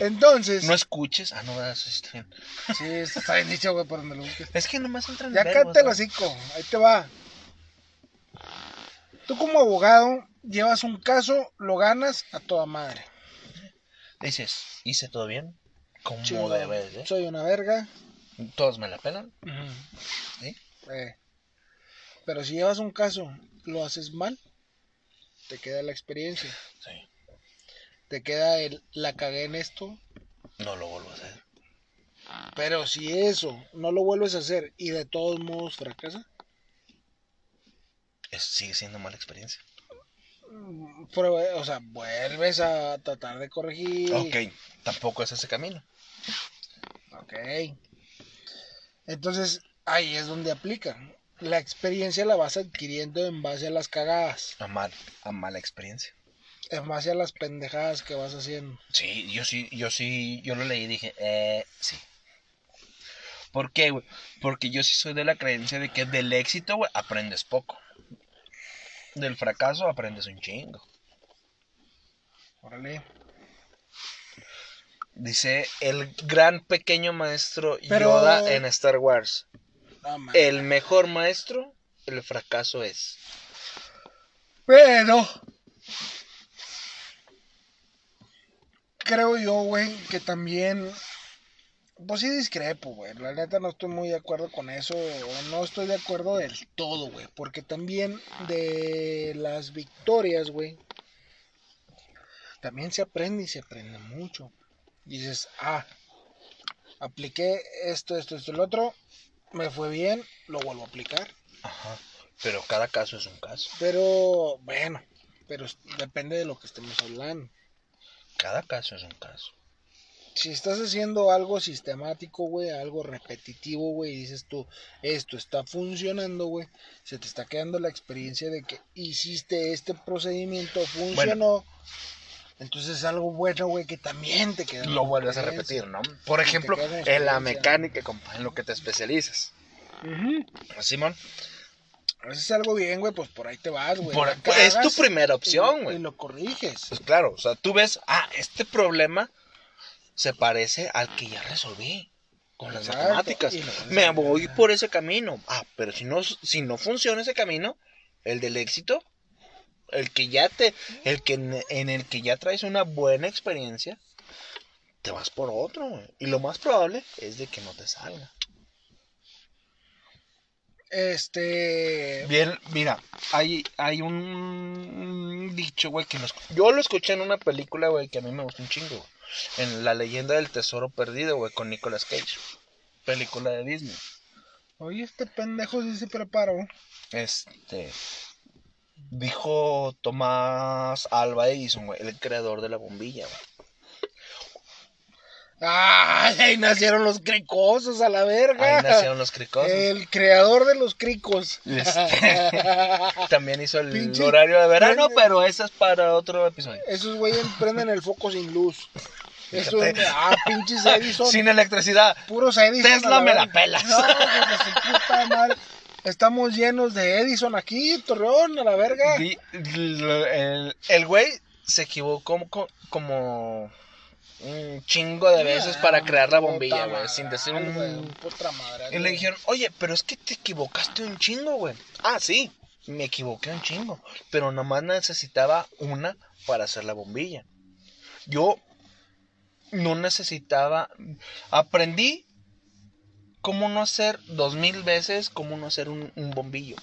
Speaker 1: Entonces,
Speaker 2: No escuches. Ah, no, ¿verdad? eso sí está bien.
Speaker 1: sí, eso está bien dicho, güey, por donde lo busques.
Speaker 2: Es que nomás entran
Speaker 1: Ya
Speaker 2: verbos,
Speaker 1: cállate el
Speaker 2: ¿no?
Speaker 1: hocico, ahí te va. Tú como abogado llevas un caso, lo ganas a toda madre.
Speaker 2: Dices, ¿hice todo bien? como
Speaker 1: Chingón.
Speaker 2: debe de.
Speaker 1: Soy una verga.
Speaker 2: Todos me la pelan. ¿Sí?
Speaker 1: Eh, Pero si llevas un caso, lo haces mal, te queda la experiencia.
Speaker 2: Sí.
Speaker 1: Te queda el la cagué en esto.
Speaker 2: No lo vuelvo a hacer.
Speaker 1: Pero si eso no lo vuelves a hacer y de todos modos fracasa,
Speaker 2: Es- sigue siendo mala experiencia.
Speaker 1: mm, prueba- o sea, vuelves a tratar de corregir.
Speaker 2: Ok, tampoco es ese camino.
Speaker 1: Ok. Entonces, ahí es donde aplica. La experiencia la vas adquiriendo en base a las cagadas,
Speaker 2: A, mal, a mala experiencia.
Speaker 1: en base a las pendejadas que vas haciendo.
Speaker 2: Sí, yo sí, yo sí, yo lo leí y dije, eh, sí. ¿Por qué, güey? Porque yo sí soy de la creencia de que del éxito, güey, aprendes poco. Del fracaso aprendes un chingo.
Speaker 1: Órale.
Speaker 2: Dice el gran pequeño maestro
Speaker 1: Pero-
Speaker 2: Yoda en Star Wars.
Speaker 1: No, man.
Speaker 2: El mejor maestro, el fracaso es.
Speaker 1: Pero creo yo, güey, que también pues sí discrepo, güey. La neta no estoy muy de acuerdo con eso o no estoy de acuerdo del todo, güey, porque también de las victorias, güey, también se aprende y se aprende mucho. Dices, "Ah, apliqué esto, esto, esto, el otro, me fue bien, lo vuelvo a aplicar."
Speaker 2: Ajá. Pero cada caso es un caso.
Speaker 1: Pero bueno, pero es- depende de lo que estemos hablando.
Speaker 2: Cada caso es un caso.
Speaker 1: Si estás haciendo algo sistemático, güey, algo repetitivo, güey, y dices tú, esto está funcionando, güey, se te está quedando la experiencia de que hiciste este procedimiento, funcionó. Entonces es algo bueno, güey, que también te queda.
Speaker 2: Lo
Speaker 1: como
Speaker 2: vuelves a
Speaker 1: experiencia.
Speaker 2: repetir, ¿no? Por ejemplo,
Speaker 1: queda una
Speaker 2: en la
Speaker 1: experiencia.
Speaker 2: mecánica, compa, en lo que te especializas.
Speaker 1: Ujú.
Speaker 2: Simón,
Speaker 1: Haces algo bien, güey, pues por ahí te vas, güey.
Speaker 2: por-
Speaker 1: La
Speaker 2: pues, es tu
Speaker 1: cagas
Speaker 2: primera
Speaker 1: y-
Speaker 2: opción,
Speaker 1: Y
Speaker 2: güey.
Speaker 1: lo corriges.
Speaker 2: Pues claro, o sea, tú ves, ah, este problema se parece al que ya resolví con las
Speaker 1: Exacto,
Speaker 2: matemáticas.
Speaker 1: y lo vas a
Speaker 2: Me
Speaker 1: hacer.
Speaker 2: voy por ese camino. Ah, pero si no, si no funciona ese camino, el del éxito, el que ya te, el que en, en el que ya traes una buena experiencia, te vas por otro, güey. Y lo más probable es de que no te salga.
Speaker 1: Este.
Speaker 2: Bien, mira, hay, hay un dicho, güey, que lo escu- yo lo escuché en una película, güey, que a mí me gustó un chingo, güey. En La leyenda del tesoro perdido, güey, con Nicolas Cage. Película de Disney.
Speaker 1: Oye, este pendejo sí se preparó.
Speaker 2: Este. Dijo Tomás Alba Edison, güey, el creador de la bombilla, güey.
Speaker 1: ¡Ay! Ahí nacieron los cricosos a la verga.
Speaker 2: Ahí nacieron los cricosos.
Speaker 1: El creador de los cricos.
Speaker 2: Este. También hizo el
Speaker 1: Pinche-
Speaker 2: horario de verano,
Speaker 1: Bueno.
Speaker 2: pero eso es para otro episodio.
Speaker 1: Esos güeyes prenden el foco sin luz. Eso es. Ah, pinches Edison.
Speaker 2: Sin electricidad.
Speaker 1: Puros Edison.
Speaker 2: Tesla
Speaker 1: a
Speaker 2: me la
Speaker 1: verga.
Speaker 2: pelas.
Speaker 1: No, pues, de su puta madre. Estamos llenos de Edison aquí, Torreón, a la verga.
Speaker 2: Di- lo- el, el güey se equivocó como, como un chingo de veces para crear la bombilla,
Speaker 1: Ah, Puta
Speaker 2: güey, sin decir
Speaker 1: madral, güey,
Speaker 2: un...
Speaker 1: Puta madral,
Speaker 2: Y le
Speaker 1: güey.
Speaker 2: dijeron, oye, pero es que te equivocaste un chingo, güey. Ah, sí, me equivoqué un chingo, pero nomás necesitaba una para hacer la bombilla. Yo no necesitaba, aprendí cómo no hacer dos mil veces, cómo no hacer un, un bombillo.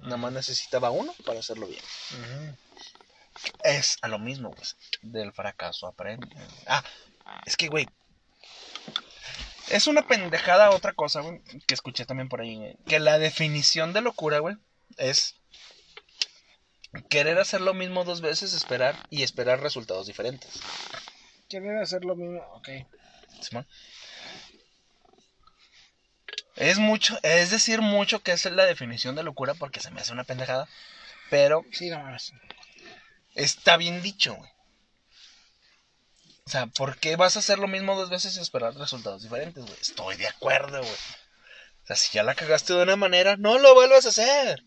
Speaker 2: Nada más necesitaba uno para hacerlo bien.
Speaker 1: Ujú.
Speaker 2: Es a lo mismo, pues. Del fracaso aprende. Ah, es que, güey. Es una pendejada otra cosa, güey, que escuché también por ahí. güey, Que la definición de locura, güey, es querer hacer lo mismo dos veces, esperar y esperar resultados diferentes.
Speaker 1: Quieren hacer lo mismo. Ok.
Speaker 2: Simón. Es mucho, es decir mucho que esa es la definición de locura porque se me hace una pendejada, pero
Speaker 1: Sí, no mames.
Speaker 2: Está bien dicho, güey. O sea, ¿por qué vas a hacer lo mismo dos veces y esperar resultados diferentes, güey? Estoy de acuerdo, güey. O sea, si ya la cagaste de una manera, no lo vuelvas a hacer.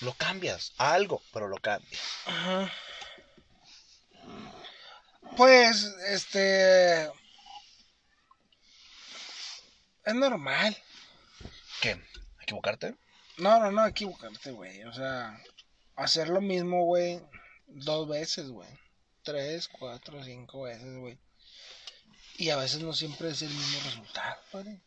Speaker 2: Lo cambias a algo, pero lo cambias.
Speaker 1: Ajá. Pues, este. Es normal.
Speaker 2: ¿Qué? ¿Equivocarte?
Speaker 1: No, no, no, equivocarte, güey. O sea, hacer lo mismo, güey, dos veces, güey. Tres, cuatro, cinco veces, güey. Y a veces no siempre es el mismo resultado, padre.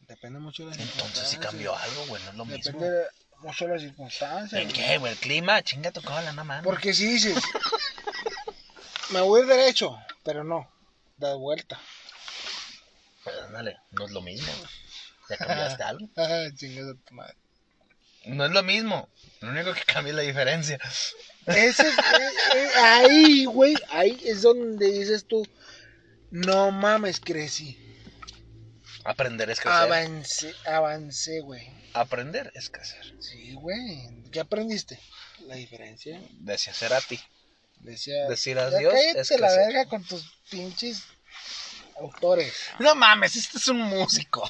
Speaker 1: Depende mucho de las
Speaker 2: Entonces sí
Speaker 1: circunstancias.
Speaker 2: cambió algo, güey, no es lo mismo.
Speaker 1: Depende mucho de las circunstancias.
Speaker 2: ¿En
Speaker 1: güey.
Speaker 2: qué, güey? ¿El clima? Chinga tu cola, no mames.
Speaker 1: Porque si dices, me voy a ir derecho, pero no, da vuelta.
Speaker 2: Pues, Ándale, no es lo mismo. Ya cambiaste algo.
Speaker 1: Ah, chingada tu madre.
Speaker 2: No es lo mismo. Lo único que cambia es la diferencia.
Speaker 1: Ese, es- eh, eh, ahí, güey, ahí es donde dices tú, no mames, crecí.
Speaker 2: Aprender es
Speaker 1: Ah,
Speaker 2: crecer.
Speaker 1: Avancé, avancé, güey.
Speaker 2: Aprender es crecer.
Speaker 1: Sí, güey. ¿Qué aprendiste? La diferencia.
Speaker 2: Decía Cerati.
Speaker 1: Decía,
Speaker 2: Decir
Speaker 1: "Ya
Speaker 2: adiós
Speaker 1: cállate
Speaker 2: es
Speaker 1: la
Speaker 2: crecer".
Speaker 1: verga con tus pinches autores.
Speaker 2: No mames, este es un músico.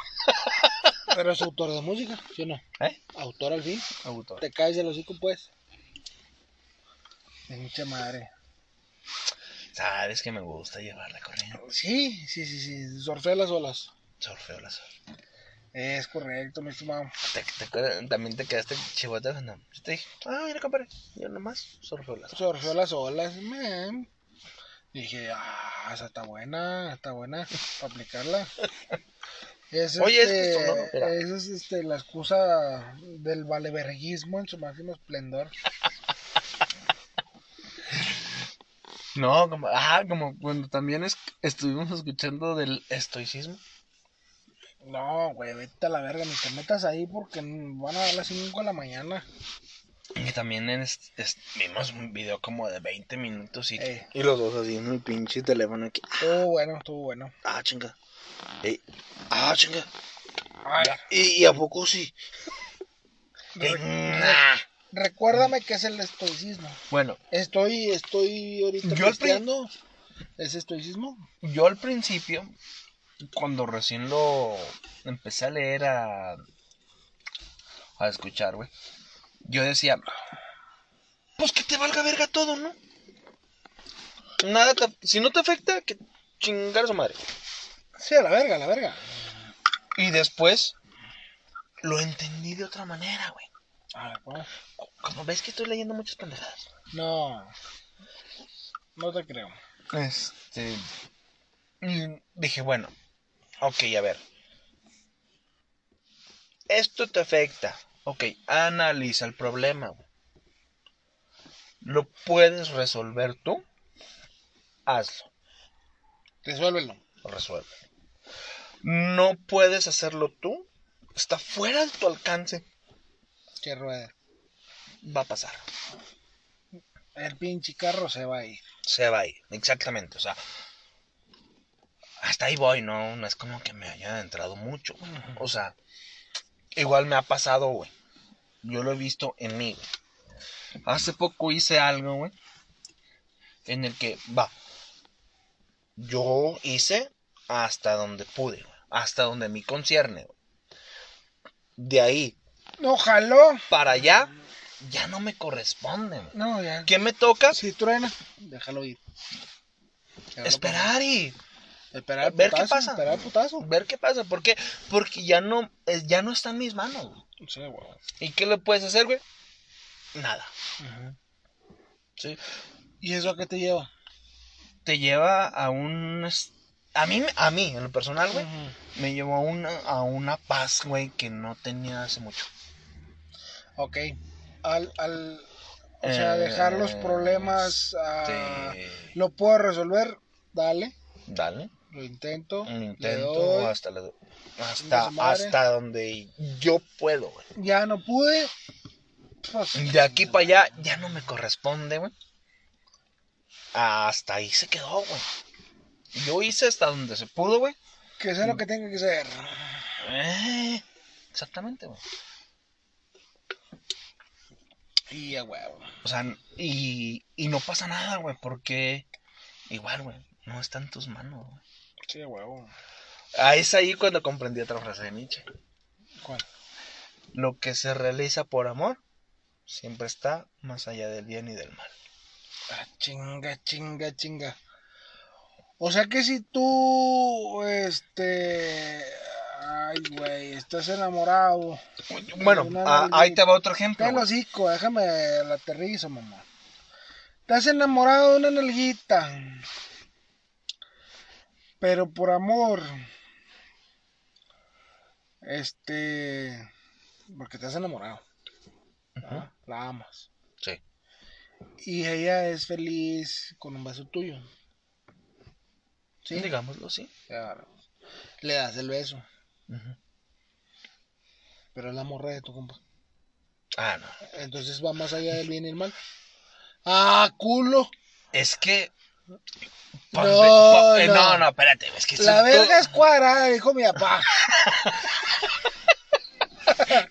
Speaker 1: Pero es autor de música, ¿sí o no?
Speaker 2: ¿Eh?
Speaker 1: Autor al fin.
Speaker 2: Autor.
Speaker 1: Te caes del hocico, pues. De mucha madre.
Speaker 2: Sabes que me gusta llevar la corriente.
Speaker 1: Sí, sí, sí, sí. Surfea las olas.
Speaker 2: Surfeo las olas.
Speaker 1: Es correcto, mi estimado.
Speaker 2: Te- te acuerdas- también te quedaste chivote. No, yo te dije, ah, mira, compadre. Yo nomás surfeo las olas.
Speaker 1: Surfeó las olas, man. Dije, ah, esa está buena, está buena para aplicarla. Es,
Speaker 2: Oye, es
Speaker 1: este,
Speaker 2: justo, ¿no? Mira.
Speaker 1: esa es este, la excusa del valeverguismo en su máximo esplendor.
Speaker 2: No, como, ah, como cuando también es- estuvimos escuchando del estoicismo.
Speaker 1: No, güey, vete a la verga, ni te metas ahí porque van a dar las 5 de la mañana.
Speaker 2: Y también en es- es- vimos un video como de 20 minutos y,
Speaker 1: Eh.
Speaker 2: y los dos así en el pinche teléfono aquí.
Speaker 1: Estuvo bueno, estuvo bueno.
Speaker 2: Ah, chinga. Ey, Ah, chinga.
Speaker 1: Ay,
Speaker 2: ¿Y, y a poco sí?
Speaker 1: re-
Speaker 2: Ey,
Speaker 1: "Ah,
Speaker 2: nah.
Speaker 1: recuérdame que es el estoicismo.
Speaker 2: Bueno,
Speaker 1: Estoy, estoy ahorita
Speaker 2: Yo al pri-
Speaker 1: pisteando. ¿Es estoicismo?
Speaker 2: yo al principio, cuando recién lo empecé a leer, a, a escuchar, güey, yo decía, pues que te valga verga todo, ¿no? Nada, te- si no te afecta, que chingar a su madre.
Speaker 1: Sí, a la verga, a la verga.
Speaker 2: Y después lo entendí de otra manera, güey.
Speaker 1: A ver, pues.
Speaker 2: Como ves que estoy leyendo muchas pendejadas.
Speaker 1: No. No te creo.
Speaker 2: Este. mm, Dije, bueno, ok, a ver. Esto te afecta. Ok, analiza el problema. güey. ¿Lo puedes resolver tú? Hazlo,
Speaker 1: Resuélvelo.
Speaker 2: resuelve. ¿No puedes hacerlo tú? Está fuera de tu alcance.
Speaker 1: Que ruede.
Speaker 2: Va a pasar.
Speaker 1: El pinche carro se va a ir.
Speaker 2: se va ahí, exactamente, o sea, hasta ahí voy, no, no es como que me haya adentrado mucho, güey. o sea, igual me ha pasado, güey, yo lo he visto en mí, güey. hace poco hice algo, güey, en el que, va, yo hice hasta donde pude, güey, hasta donde me concierne, güey. de ahí
Speaker 1: No, jaló.
Speaker 2: para allá, ya no me corresponde, güey.
Speaker 1: No, ya.
Speaker 2: ¿qué me toca?
Speaker 1: Si truena, déjalo ir. Déjalo
Speaker 2: Esperar y...
Speaker 1: pasar. Esperar. el
Speaker 2: Ver qué
Speaker 1: putazo,
Speaker 2: pasa.
Speaker 1: Esperar el putazo.
Speaker 2: ver qué pasa. ¿Por qué? Porque ya no, es- ya no está en mis manos. güey.
Speaker 1: Sí, güey.
Speaker 2: ¿Y qué le puedes hacer, güey? Nada. Sí.
Speaker 1: ¿Y eso a qué te lleva?
Speaker 2: Te lleva a un... es- A mí, me- a mí, en lo personal, güey,
Speaker 1: Ujú.
Speaker 2: me llevó a una, a una paz, güey, que no tenía hace mucho.
Speaker 1: Ok. Al, al, o sea,
Speaker 2: Eh,
Speaker 1: dejar los problemas. ah,
Speaker 2: este,
Speaker 1: Lo puedo resolver. Dale.
Speaker 2: Dale,
Speaker 1: Lo intento.
Speaker 2: un
Speaker 1: le
Speaker 2: intento
Speaker 1: doy.
Speaker 2: hasta, la- hasta,
Speaker 1: su madre.
Speaker 2: hasta donde yo puedo, güey.
Speaker 1: Ya no pude. Pues,
Speaker 2: De aquí para allá ya no me corresponde, güey. Hasta ahí se quedó, güey. Yo hice hasta donde se pudo, güey.
Speaker 1: que sea lo que tenga que ser.
Speaker 2: Eh, exactamente, güey.
Speaker 1: Y a huevo.
Speaker 2: O sea, y, y no pasa nada, güey, porque igual, güey, no está en tus manos, güey.
Speaker 1: Sí, a huevo.
Speaker 2: Ah, es ahí cuando comprendí otra frase de Nietzsche.
Speaker 1: ¿Cuál?
Speaker 2: Lo que se realiza por amor siempre está más allá del bien y del mal.
Speaker 1: Ah, chinga, chinga, chinga. O sea que si tú, este... Ay, güey, estás enamorado.
Speaker 2: Bueno,
Speaker 1: Una
Speaker 2: ah,
Speaker 1: nariz-
Speaker 2: ahí te va otro ejemplo.
Speaker 1: Te lo
Speaker 2: güey.
Speaker 1: hocico, déjame la aterrizo, mamá. Estás enamorado de una nalguita. Pero por amor. Este. Porque te has enamorado. ¿verdad? La amas.
Speaker 2: Sí.
Speaker 1: Y ella es feliz con un vaso tuyo. ¿Sí?
Speaker 2: Digámoslo, sí.
Speaker 1: Claro. Le das el beso. Pero es la morra de tu compa.
Speaker 2: Ah, no.
Speaker 1: Entonces va más allá del bien y el mal. ¡Ah, culo!
Speaker 2: Es que.
Speaker 1: No,
Speaker 2: Ponte- pon- eh,
Speaker 1: no.
Speaker 2: no. no, espérate. Es que
Speaker 1: La
Speaker 2: si tú-
Speaker 1: verga es cuadrada, dijo mi papá.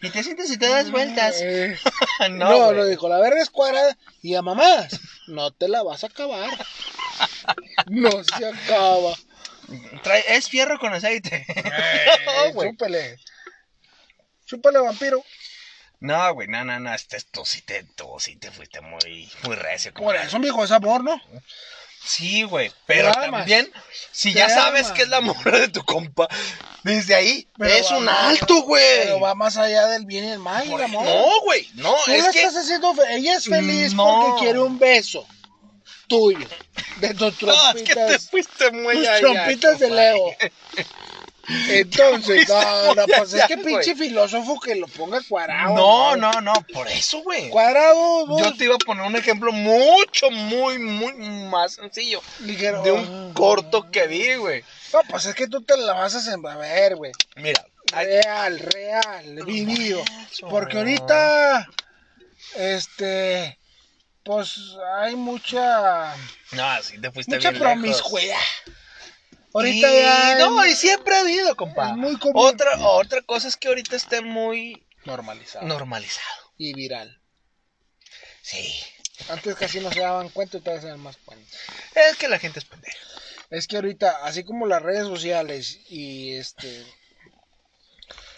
Speaker 2: Y te sientes y te das vueltas.
Speaker 1: Eh,
Speaker 2: no,
Speaker 1: no,
Speaker 2: güey.
Speaker 1: lo dijo, la verga es cuadrada. Y a mamás, no te la vas a acabar. No se acaba.
Speaker 2: Trae- es fierro con aceite.
Speaker 1: Eh,
Speaker 2: no, güey.
Speaker 1: Chúpele. Chúpele, vampiro.
Speaker 2: No, güey, no, no, no. Este, tú, sí te, tú sí te fuiste muy, muy recio.
Speaker 1: Por
Speaker 2: compadre.
Speaker 1: eso, mijo, es amor, ¿no?
Speaker 2: Sí, güey, pero
Speaker 1: Te amas.
Speaker 2: también, si
Speaker 1: Te
Speaker 2: ya sabes
Speaker 1: amas.
Speaker 2: que es la morra de tu compa, desde ahí
Speaker 1: Pero
Speaker 2: es
Speaker 1: va
Speaker 2: un
Speaker 1: más-
Speaker 2: alto, güey.
Speaker 1: Pero va más allá del bien y el mal,
Speaker 2: Por-
Speaker 1: el amor.
Speaker 2: No, güey, no,
Speaker 1: Tú
Speaker 2: es
Speaker 1: la
Speaker 2: que
Speaker 1: estás haciendo fe- Ella es feliz
Speaker 2: No.
Speaker 1: porque quiere un beso tuyo. De tus
Speaker 2: no, es que te
Speaker 1: trompitas.
Speaker 2: fuiste muy
Speaker 1: tus
Speaker 2: allá,
Speaker 1: trompitas de
Speaker 2: compadre.
Speaker 1: Leo. Entonces,
Speaker 2: Fuiste
Speaker 1: no, no,
Speaker 2: muy
Speaker 1: pues es
Speaker 2: allá,
Speaker 1: que
Speaker 2: güey.
Speaker 1: pinche filósofo que lo ponga cuadrado.
Speaker 2: No,
Speaker 1: güey.
Speaker 2: no, no, por eso, güey.
Speaker 1: Cuadrado, dos.
Speaker 2: Yo te iba a poner un ejemplo mucho, muy, muy más sencillo
Speaker 1: ligero.
Speaker 2: de un corto que vi, güey.
Speaker 1: No, pues es que tú te la vas a sembrar, a ver, güey.
Speaker 2: Mira, ay,
Speaker 1: Real, real, eh, vivido.
Speaker 2: Eso,
Speaker 1: Porque
Speaker 2: güey.
Speaker 1: ahorita, este, pues hay mucha,
Speaker 2: no, sí te fuiste
Speaker 1: mucha
Speaker 2: bien lejos.
Speaker 1: promiscuidad. Ahorita
Speaker 2: Y-
Speaker 1: ya
Speaker 2: No, y siempre ha habido, compa.
Speaker 1: Es muy común.
Speaker 2: Otra, otra cosa es que ahorita esté muy
Speaker 1: normalizado
Speaker 2: normalizado.
Speaker 1: y viral.
Speaker 2: Sí.
Speaker 1: Antes casi no se daban cuenta y te se dan más cuenta.
Speaker 2: Es que la gente es pendeja.
Speaker 1: Es que ahorita, así como las redes sociales y este,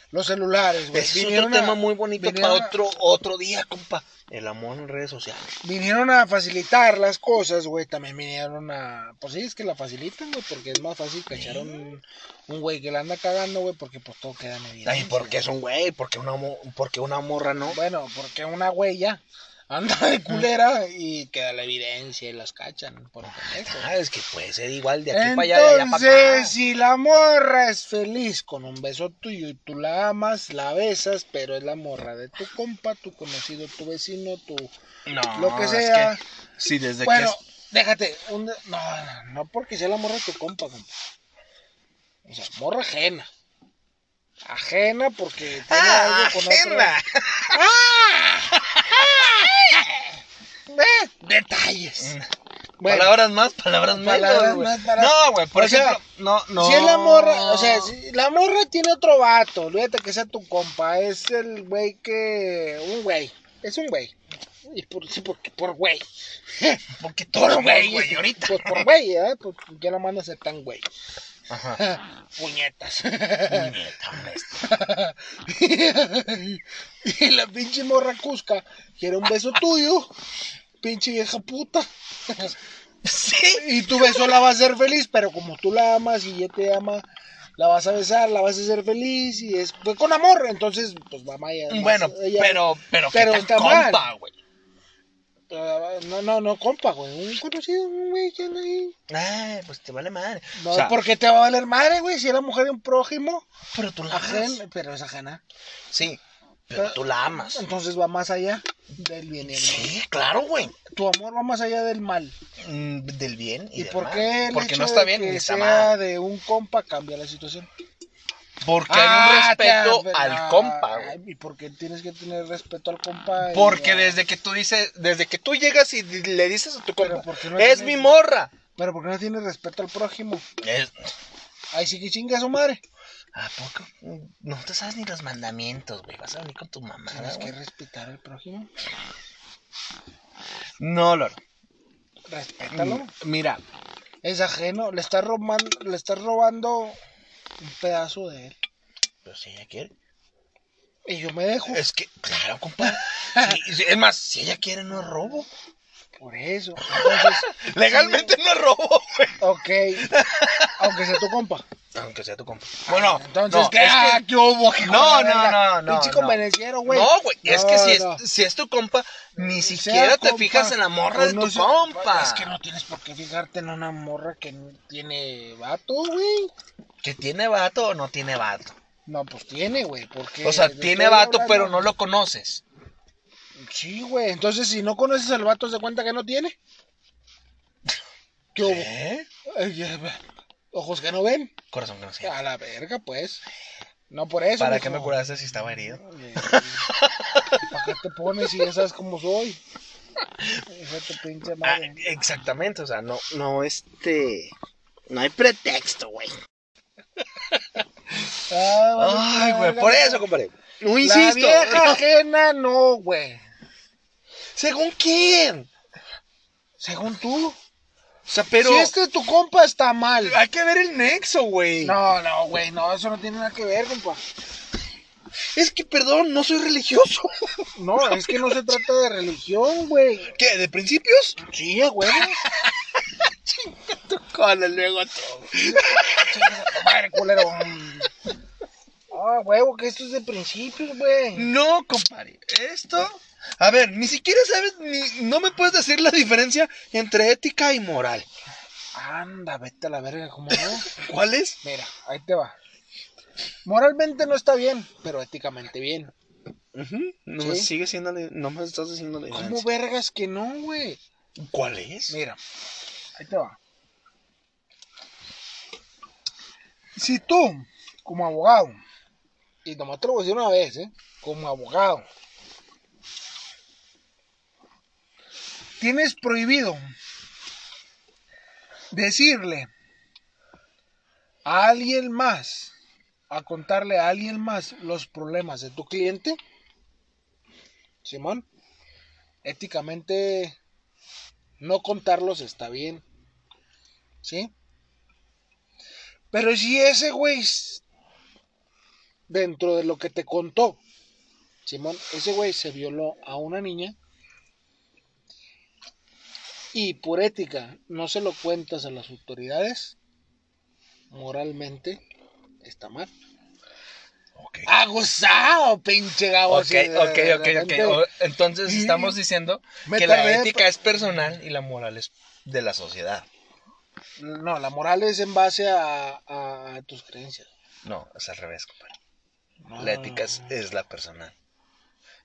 Speaker 1: los celulares, güey,
Speaker 2: Ese es otro
Speaker 1: vinieron a-
Speaker 2: tema muy bonito
Speaker 1: vinieron
Speaker 2: para
Speaker 1: a-
Speaker 2: otro, otro día, compa. El amor en redes sociales.
Speaker 1: vinieron a facilitar las cosas, güey. También vinieron a. Pues sí, es que la facilitan, güey, porque es más fácil cachar a un un güey que la anda cagando, güey, porque pues todo queda en evidencia.
Speaker 2: Ay, ¿por qué es un güey? ¿Por qué una, mo- por qué una morra no?
Speaker 1: Bueno, porque una güey ya anda de culera y queda la evidencia y las cachan. Por pendejo.
Speaker 2: Ah, es que puede ser igual de aquí para allá, de allá para
Speaker 1: Entonces,
Speaker 2: acá.
Speaker 1: si la morra es feliz con un beso tuyo y tú la amas, la besas, pero es la morra de tu compa, tu conocido, tu vecino, tu
Speaker 2: No,
Speaker 1: lo que
Speaker 2: es
Speaker 1: sea.
Speaker 2: sí, desde
Speaker 1: Bueno,
Speaker 2: que.
Speaker 1: déjate. un- No, no porque sea la morra de tu compa, compa. O sea, morra ajena. Ajena porque tiene
Speaker 2: ¡Ah,
Speaker 1: algo con
Speaker 2: agenda!
Speaker 1: otra. ah, Eh,
Speaker 2: Mm.
Speaker 1: Detalles. Bueno,
Speaker 2: palabras más, palabras menos.
Speaker 1: Palabras
Speaker 2: güey.
Speaker 1: más, palabras-
Speaker 2: No, güey, por
Speaker 1: O sea,
Speaker 2: ejemplo, no, no.
Speaker 1: Si es la morra, o sea, si la morra tiene otro vato, olvídate que sea tu compa, es el güey que. Un güey, es un güey. Y por, sí, porque por güey.
Speaker 2: Porque todo, güey, güey, ahorita.
Speaker 1: Pues por güey, ¿eh? Pues ya la mano se tan güey.
Speaker 2: Ajá.
Speaker 1: Puñetas.
Speaker 2: Puñeta, maestro.
Speaker 1: y la pinche morra cusca quiere un beso tuyo, pinche vieja puta.
Speaker 2: Sí.
Speaker 1: Y tu beso la va a hacer feliz, pero como tú la amas y ella te ama, la vas a besar, la vas a hacer feliz y es fue con amor, entonces pues va Maya.
Speaker 2: Bueno, pero, pero, ¿qué
Speaker 1: pero
Speaker 2: tan
Speaker 1: está mal.
Speaker 2: compa, güey?
Speaker 1: No, no, no, compa, güey, un conocido, un güey que anda ahí.
Speaker 2: Ay, pues te vale madre.
Speaker 1: No,
Speaker 2: O sea,
Speaker 1: porque te va a valer madre, güey, si era mujer de un prójimo,
Speaker 2: pero tú la amas.
Speaker 1: ajena, pero es ajena.
Speaker 2: Sí, pero tú la amas.
Speaker 1: Entonces va más allá del bien y el mal.
Speaker 2: Sí, claro, güey.
Speaker 1: Tu amor va más allá del mal.
Speaker 2: Mm, Del bien y,
Speaker 1: ¿Y
Speaker 2: del
Speaker 1: por
Speaker 2: mal.
Speaker 1: qué el
Speaker 2: Porque
Speaker 1: hecho
Speaker 2: no está
Speaker 1: de
Speaker 2: bien
Speaker 1: que
Speaker 2: ni está
Speaker 1: sea
Speaker 2: mal.
Speaker 1: de un compa cambia la situación?
Speaker 2: Porque
Speaker 1: Ah, te
Speaker 2: hay un respeto
Speaker 1: adver-
Speaker 2: al
Speaker 1: ah,
Speaker 2: compa, güey.
Speaker 1: ay, ¿Y por qué tienes que tener respeto al compa? Y
Speaker 2: Porque
Speaker 1: a-
Speaker 2: desde que tú dices, desde que tú llegas y di- le dices a tu
Speaker 1: Pero
Speaker 2: compa,
Speaker 1: ¿por qué no
Speaker 2: es
Speaker 1: tienes-
Speaker 2: mi morra.
Speaker 1: Pero porque no tienes respeto al prójimo.
Speaker 2: Es-
Speaker 1: Ahí sí que chinga su madre.
Speaker 2: ¿A poco? No te sabes ni los mandamientos, güey. Vas a venir con tu mamá.
Speaker 1: Tienes que respetar al prójimo.
Speaker 2: No, Loro. Mm.
Speaker 1: Respétalo.
Speaker 2: Mira,
Speaker 1: Es ajeno. Le estás robando, le estás robando un pedazo de él.
Speaker 2: pero si ella quiere.
Speaker 1: Y yo me dejo.
Speaker 2: Es que, claro, compa. Sí, sí, es más, si ella quiere, no es robo.
Speaker 1: Por eso. Entonces,
Speaker 2: Legalmente no es robo, güey.
Speaker 1: ok. Aunque sea tu compa.
Speaker 2: Aunque sea tu compa. Ah, Bueno,
Speaker 1: Entonces,
Speaker 2: no,
Speaker 1: ¿qué?
Speaker 2: es que-
Speaker 1: Ah, ¿qué hubo, hijo de
Speaker 2: No,
Speaker 1: la
Speaker 2: no,
Speaker 1: verga?
Speaker 2: no, no,
Speaker 1: Pinche
Speaker 2: no.
Speaker 1: convenenciero, güey.
Speaker 2: No, güey, es que
Speaker 1: No,
Speaker 2: si es,
Speaker 1: no.
Speaker 2: si es tu compa, ni
Speaker 1: Sea
Speaker 2: siquiera te
Speaker 1: compa,
Speaker 2: fijas en la morra
Speaker 1: o
Speaker 2: de
Speaker 1: no
Speaker 2: tu
Speaker 1: sea-
Speaker 2: compa.
Speaker 1: Es que no tienes por qué fijarte en una morra que tiene vato, güey.
Speaker 2: ¿Que tiene vato o no tiene vato?
Speaker 1: No, pues tiene, güey, porque...
Speaker 2: O sea,
Speaker 1: de
Speaker 2: tiene
Speaker 1: estoy
Speaker 2: vato, pero
Speaker 1: hablando-
Speaker 2: no lo conoces.
Speaker 1: Sí, güey, entonces si no conoces al vato, ¿se cuenta que no tiene? ¿Qué hubo?
Speaker 2: ¿Eh?
Speaker 1: Ay, ya, va. Ojos que no ven.
Speaker 2: Corazón que no sé.
Speaker 1: A la verga, pues. No por Ah, eso.
Speaker 2: ¿Para
Speaker 1: mijo.
Speaker 2: qué me curaste si estaba herido?
Speaker 1: Eh, ¿Para qué te pones si ya sabes cómo soy? Esa tu pinche
Speaker 2: Ah,
Speaker 1: madre.
Speaker 2: exactamente, o sea, no, no, este. No hay pretexto, güey.
Speaker 1: Ah, vale,
Speaker 2: Ay, güey,
Speaker 1: la-
Speaker 2: por eso, compadre. No
Speaker 1: La
Speaker 2: insisto.
Speaker 1: vieja ajena, no, güey.
Speaker 2: ¿Según quién?
Speaker 1: Según tú.
Speaker 2: O sea, pero.
Speaker 1: Si este tu compa está mal.
Speaker 2: Hay que ver el nexo, güey.
Speaker 1: No, no, güey, no, eso no tiene nada que ver, compa.
Speaker 2: Es que, perdón, no soy religioso.
Speaker 1: No, es que no se trata de religión, güey.
Speaker 2: ¿Qué? ¿De principios?
Speaker 1: Sí, a huevo.
Speaker 2: Tu cola, luego todo.
Speaker 1: Chingas a tu madre, culero. Ah, huevo, que esto es de principios, güey.
Speaker 2: No, compadre. Esto. A ver, ni siquiera sabes, ni, no me puedes decir la diferencia entre ética y moral.
Speaker 1: Anda, vete a la verga, ¿cómo no?
Speaker 2: ¿Cuál es?
Speaker 1: Mira, ahí te va. Moralmente no está bien, pero éticamente bien.
Speaker 2: No
Speaker 1: Sí.
Speaker 2: sigue siendo, la- no me estás diciendo la
Speaker 1: ¿Cómo
Speaker 2: diferencia.
Speaker 1: vergas que no, güey?
Speaker 2: ¿Cuál es?
Speaker 1: Mira, ahí te va. Si tú, como abogado, y nomás te lo voy a decir una vez, ¿eh? Como abogado, tienes prohibido decirle a alguien más, a contarle a alguien más los problemas de tu cliente, Simón, éticamente no contarlos está bien. ¿Sí? Pero si ese güey, s- dentro de lo que te contó, Simón, ese güey se violó a una niña y por ética no se lo cuentas a las autoridades, moralmente está mal.
Speaker 2: Ok,
Speaker 1: ¡Ha gozado, pinche gabo!
Speaker 2: ok,
Speaker 1: así de-
Speaker 2: ok,
Speaker 1: de
Speaker 2: ok, ok.
Speaker 1: repente.
Speaker 2: O- Entonces
Speaker 1: Y-
Speaker 2: estamos diciendo
Speaker 1: me
Speaker 2: que la
Speaker 1: tardé,
Speaker 2: ética es personal y la moral es de la sociedad.
Speaker 1: No, la moral es en base a, a tus creencias.
Speaker 2: No, es al revés, compadre.
Speaker 1: No,
Speaker 2: La
Speaker 1: no,
Speaker 2: ética es,
Speaker 1: no.
Speaker 2: es la personal.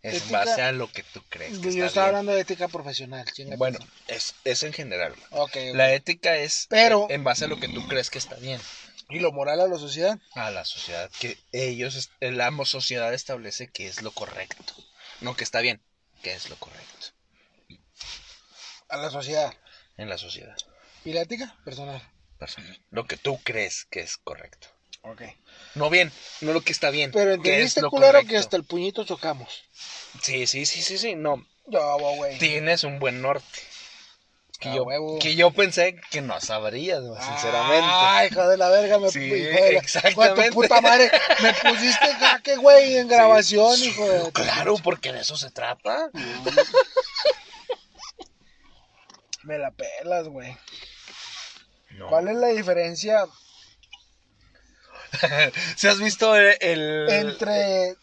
Speaker 2: Es en
Speaker 1: Ética-
Speaker 2: base a lo que tú crees que
Speaker 1: Yo
Speaker 2: está
Speaker 1: estaba
Speaker 2: bien.
Speaker 1: hablando de ética profesional. chinga.
Speaker 2: Bueno, es, es en general. güey.
Speaker 1: Ok.
Speaker 2: La ética es eh,
Speaker 1: Pero-
Speaker 2: en base a lo que tú crees que está bien.
Speaker 1: ¿Y lo moral a la sociedad?
Speaker 2: A la sociedad que ellos, est- el amo sociedad establece que es lo correcto. No que está bien, que es lo correcto.
Speaker 1: A la sociedad.
Speaker 2: En la sociedad.
Speaker 1: ¿Y la ética? Personal.
Speaker 2: personal. Lo que tú crees que es correcto.
Speaker 1: Ok.
Speaker 2: No bien, no lo que está bien.
Speaker 1: Pero
Speaker 2: que es
Speaker 1: entendiste,
Speaker 2: lo
Speaker 1: culero,
Speaker 2: correcto.
Speaker 1: que hasta el puñito chocamos.
Speaker 2: Sí, sí, sí, sí, sí, no.
Speaker 1: Yo, güey.
Speaker 2: Tienes un buen norte. Que,
Speaker 1: A
Speaker 2: yo,
Speaker 1: huevo. Ah,
Speaker 2: que yo pensé que no sabrías, güey, sinceramente.
Speaker 1: Ay, hijo de la verga, me
Speaker 2: Sí,
Speaker 1: hijo de la- hijo de
Speaker 2: exactamente.
Speaker 1: tu puta madre. Me pusiste jaque, güey, en grabación,
Speaker 2: Sí,
Speaker 1: hijo de.
Speaker 2: Claro, porque de eso se trata.
Speaker 1: Me la pelas, güey.
Speaker 2: No.
Speaker 1: ¿Cuál es la diferencia
Speaker 2: ¿Se has visto el, el- eh.
Speaker 1: entre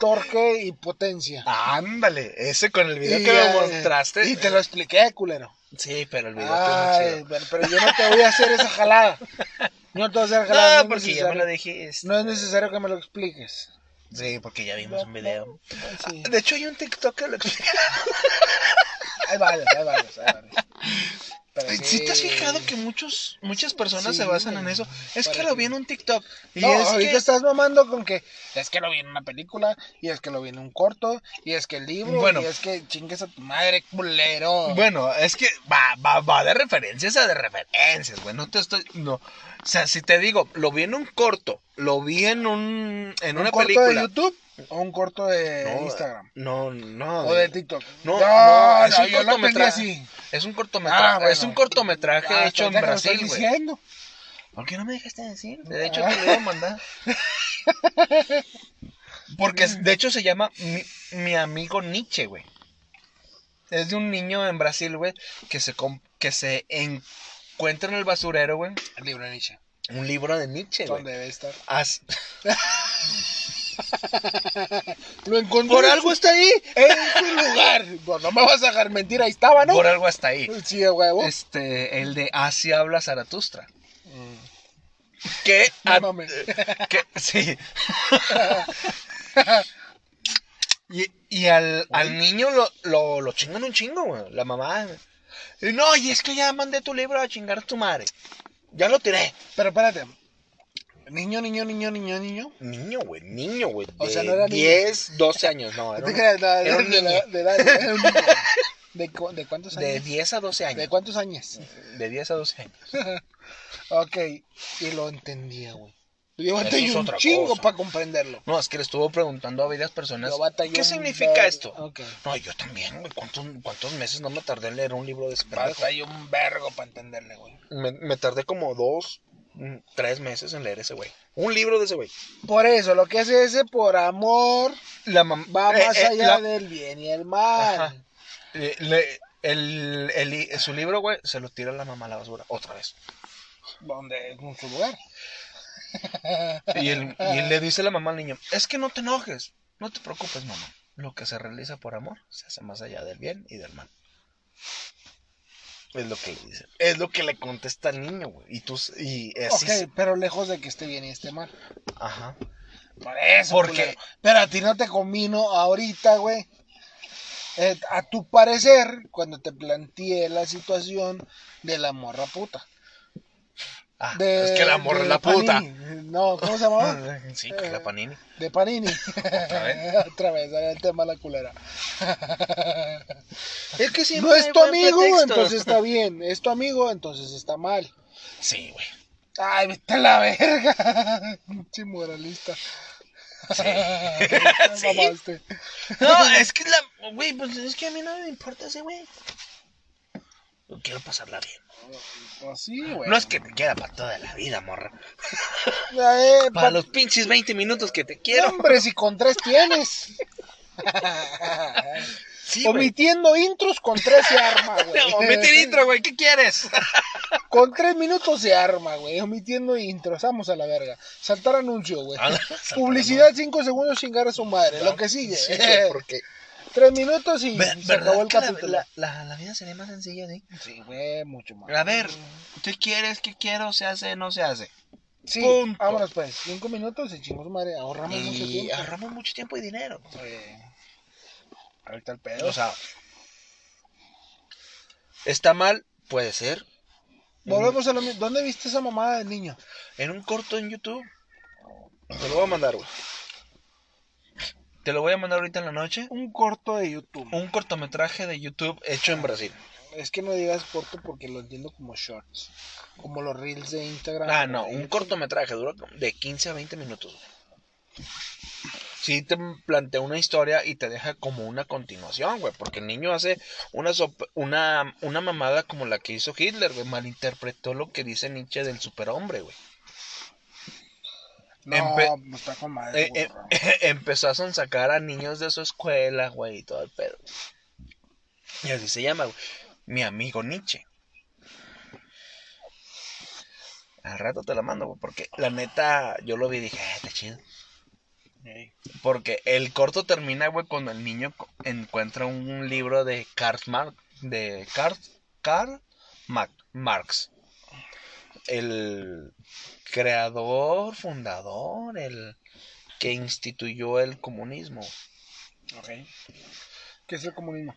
Speaker 1: torque y potencia?
Speaker 2: Ándale, ese con el video
Speaker 1: Y,
Speaker 2: Ah, que me
Speaker 1: eh,
Speaker 2: mostraste.
Speaker 1: Y te lo expliqué, culero.
Speaker 2: Sí, pero el video estuvo
Speaker 1: Ay,
Speaker 2: chido.
Speaker 1: pero, pero yo no te voy a hacer esa jalada. No te voy a hacer jalada.
Speaker 2: No,
Speaker 1: es
Speaker 2: porque ya
Speaker 1: necesario.
Speaker 2: me lo dijiste.
Speaker 1: No es necesario que me lo expliques.
Speaker 2: Sí, porque ya vimos un video.
Speaker 1: Sí.
Speaker 2: De hecho, hay un TikTok que lo explica.
Speaker 1: Hay varios, hay varios, hay varios. Pero
Speaker 2: Si
Speaker 1: sí.
Speaker 2: te has fijado que muchos, muchas personas
Speaker 1: Sí,
Speaker 2: se basan en
Speaker 1: güey.
Speaker 2: eso? Es que
Speaker 1: Para
Speaker 2: lo
Speaker 1: que-
Speaker 2: vi en un TikTok. Y
Speaker 1: No,
Speaker 2: es
Speaker 1: ahorita
Speaker 2: que...
Speaker 1: estás mamando con que es que lo vi en una película, y es que lo vi en un corto, y es que el libro,
Speaker 2: Bueno.
Speaker 1: y es que chingues a tu madre, culero.
Speaker 2: Bueno, es que va, va, va de referencias a de referencias, güey. No te estoy. No. O sea, si te digo, lo vi en un corto, lo vi en un. en
Speaker 1: ¿Un
Speaker 2: una
Speaker 1: corto
Speaker 2: película.
Speaker 1: de YouTube o un corto de
Speaker 2: No,
Speaker 1: Instagram?
Speaker 2: No, no.
Speaker 1: O de TikTok.
Speaker 2: No, no, es un
Speaker 1: yo lo aprendí
Speaker 2: cortometraje.
Speaker 1: así.
Speaker 2: Es un cortometraje.
Speaker 1: Ah, bueno.
Speaker 2: Es un cortometraje
Speaker 1: Ah,
Speaker 2: hecho en
Speaker 1: ahorita que lo estoy
Speaker 2: Brasil, güey.
Speaker 1: diciendo.
Speaker 2: ¿Por qué no me dejaste decir? De hecho, te lo iba a mandar. Porque de hecho se llama Mi, Mi amigo Nietzsche, güey. Es de un niño en Brasil, güey, que se, com- que se encuentra en el basurero, güey,
Speaker 1: El libro de Nietzsche.
Speaker 2: un libro de Nietzsche, güey.
Speaker 1: ¿Dónde debe estar?
Speaker 2: As-
Speaker 1: Lo encontré.
Speaker 2: Por algo está ahí.
Speaker 1: En su lugar. Pues no me vas a dejar mentir, ahí estaba, ¿no?
Speaker 2: Por algo está ahí.
Speaker 1: Sí, a huevo.
Speaker 2: Este, el de Así habla Zaratustra. Que,
Speaker 1: No
Speaker 2: a-
Speaker 1: Mm, mames.
Speaker 2: que- sí. y y al, al niño lo, lo, lo chingan un chingo, güey. La mamá. Y No, y es que ya mandé tu libro a chingar a tu madre. Ya lo tiré.
Speaker 1: Pero espérate. Niño, niño, niño, niño, niño.
Speaker 2: Niño, güey, niño, güey.
Speaker 1: O
Speaker 2: de
Speaker 1: sea, no era niño.
Speaker 2: 10, 12 años, no.
Speaker 1: No
Speaker 2: Era
Speaker 1: te
Speaker 2: un-
Speaker 1: creas, la-
Speaker 2: era un
Speaker 1: de la-
Speaker 2: niño.
Speaker 1: de edad, era un niño. ¿De cu- de cuántos
Speaker 2: de
Speaker 1: años?
Speaker 2: 10 a 12
Speaker 1: ¿De
Speaker 2: años.
Speaker 1: cuántos años?
Speaker 2: De 10 a 12 años.
Speaker 1: Ok, y lo entendía, güey. Yo
Speaker 2: Eso
Speaker 1: batallé
Speaker 2: es
Speaker 1: un
Speaker 2: otra
Speaker 1: chingo
Speaker 2: cosa.
Speaker 1: para comprenderlo.
Speaker 2: No, es que le estuvo preguntando a varias personas.
Speaker 1: Yo batallé
Speaker 2: ¿Qué
Speaker 1: un
Speaker 2: significa
Speaker 1: ver-
Speaker 2: esto?
Speaker 1: Ok.
Speaker 2: No, yo también, güey. ¿Cuántos, cuántos meses no me tardé en leer un libro de ese pendejo?
Speaker 1: Batallé un vergo para entenderle, güey.
Speaker 2: Me, me tardé como dos, mm, tres meses en leer ese güey. Un libro de ese güey.
Speaker 1: Por eso, lo que hace ese por amor
Speaker 2: La mamá.
Speaker 1: va más
Speaker 2: eh,
Speaker 1: allá del bien y el mal.
Speaker 2: Ajá. el, el li- su libro, güey, se lo tira la mamá a la basura. Otra vez.
Speaker 1: Donde en su lugar.
Speaker 2: Y él, y él le dice a la mamá al niño: Es que no te enojes. No te preocupes, mamá. Lo que se realiza por amor se hace más allá del bien y del mal. Es lo que le dice. Es lo que le contesta al niño, güey. Y tú. s- Y así.
Speaker 1: ok,
Speaker 2: se-
Speaker 1: pero lejos de que esté bien y esté mal.
Speaker 2: Ajá.
Speaker 1: Por eso,
Speaker 2: Porque-
Speaker 1: culero. Pero a ti no te convino ahorita, güey. Eh, a tu parecer, cuando te planteé la situación de la morra puta.
Speaker 2: Ah,
Speaker 1: De-
Speaker 2: es que el amor
Speaker 1: de
Speaker 2: es la puta.
Speaker 1: Panini. No, ¿cómo se llamaba?
Speaker 2: Sí, que la panini.
Speaker 1: De Panini.
Speaker 2: Otra vez.
Speaker 1: Otra vez, era el tema de la culera.
Speaker 2: Es que
Speaker 1: no es tu amigo, entonces está bien. Es tu amigo, entonces está mal.
Speaker 2: Sí, güey.
Speaker 1: Ay, vete a la verga. Pinche moralista. Te
Speaker 2: Sí.
Speaker 1: mamaste.
Speaker 2: No, es que la. Güey, pues es que a mí no me importa ese güey. Yo quiero pasarla bien.
Speaker 1: Pues sí, güey.
Speaker 2: No es que te quiera para toda la vida, morra.
Speaker 1: Eh,
Speaker 2: Para
Speaker 1: pa-
Speaker 2: los pinches 20 minutos que te quiero.
Speaker 1: Hombre, si con tres tienes.
Speaker 2: Sí, güey.
Speaker 1: Omitiendo intros, con tres se arma, güey.
Speaker 2: No, mete intro, güey. ¿Qué quieres?
Speaker 1: Con tres minutos se arma, güey. Omitiendo intros, vamos a la verga. Saltar anuncio, güey.
Speaker 2: Ah, saltar Ah,
Speaker 1: Publicidad, cinco segundos, chingar a su madre. Lo que sigue.
Speaker 2: Sí, güey, porque.
Speaker 1: Tres minutos y
Speaker 2: Ve-
Speaker 1: se
Speaker 2: ¿verdad
Speaker 1: acabó el
Speaker 2: que la-
Speaker 1: capítulo.
Speaker 2: la, la- la vida sería más sencilla, ¿sí?
Speaker 1: Sí, güey, mucho más.
Speaker 2: A ver,
Speaker 1: Mm.
Speaker 2: ¿qué quieres? ¿Qué quiero? ¿Se hace? ¿No se hace?
Speaker 1: Sí,
Speaker 2: punto.
Speaker 1: vámonos pues. Cinco minutos y chingos madre. Ahorramos mucho
Speaker 2: Y
Speaker 1: tiempo.
Speaker 2: ahorramos mucho tiempo y dinero.
Speaker 1: Eh, ahorita el pedo.
Speaker 2: O sea, está mal, puede ser. mm.
Speaker 1: Volvemos a lo mismo. ¿Dónde viste esa mamada del niño?
Speaker 2: En un corto en YouTube. Te lo voy a mandar, güey. Te lo voy a mandar ahorita en la noche.
Speaker 1: Un corto de YouTube.
Speaker 2: Un cortometraje de YouTube hecho en Brasil.
Speaker 1: Es que no digas corto porque lo entiendo como shorts. Como los reels de Instagram.
Speaker 2: Ah, no, un cortometraje dura como de 15 a 20 minutos. güey. Sí te plantea una historia y te deja como una continuación, güey, porque el niño hace una, sop- una, una mamada como la que hizo Hitler, güey, malinterpretó lo que dice Nietzsche del superhombre, güey.
Speaker 1: No,
Speaker 2: empe-
Speaker 1: pues está con madre.
Speaker 2: Eh, eh,
Speaker 1: burro.
Speaker 2: empezó a sonsacar a niños de su escuela, güey, y todo el pedo. Y así se llama, güey. Mi amigo Nietzsche. Al rato te la mando, güey, porque la neta, yo lo vi y dije, "Ah, está chido. eh.
Speaker 1: Ey.
Speaker 2: Porque el corto termina, güey, cuando el niño co- encuentra un libro de Karl Marx. De Karl, Karl Ma- Marx. El creador, fundador, el que instituyó el comunismo.
Speaker 1: Ok. ¿Qué es el comunismo?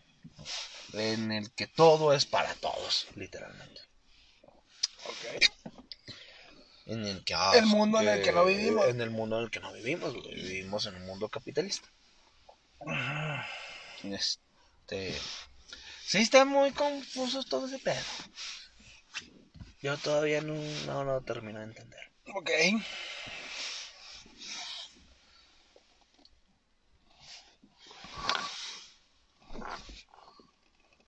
Speaker 2: En el que todo es para todos, literalmente.
Speaker 1: Ok.
Speaker 2: En el que. ah,
Speaker 1: El mundo en el que no vivimos.
Speaker 2: En el mundo en el que no vivimos, güey. Vivimos en un mundo capitalista.
Speaker 1: Ah.
Speaker 2: Este. Sí, está muy confuso todo ese pedo. Yo todavía no, no lo termino de entender.
Speaker 1: Ok.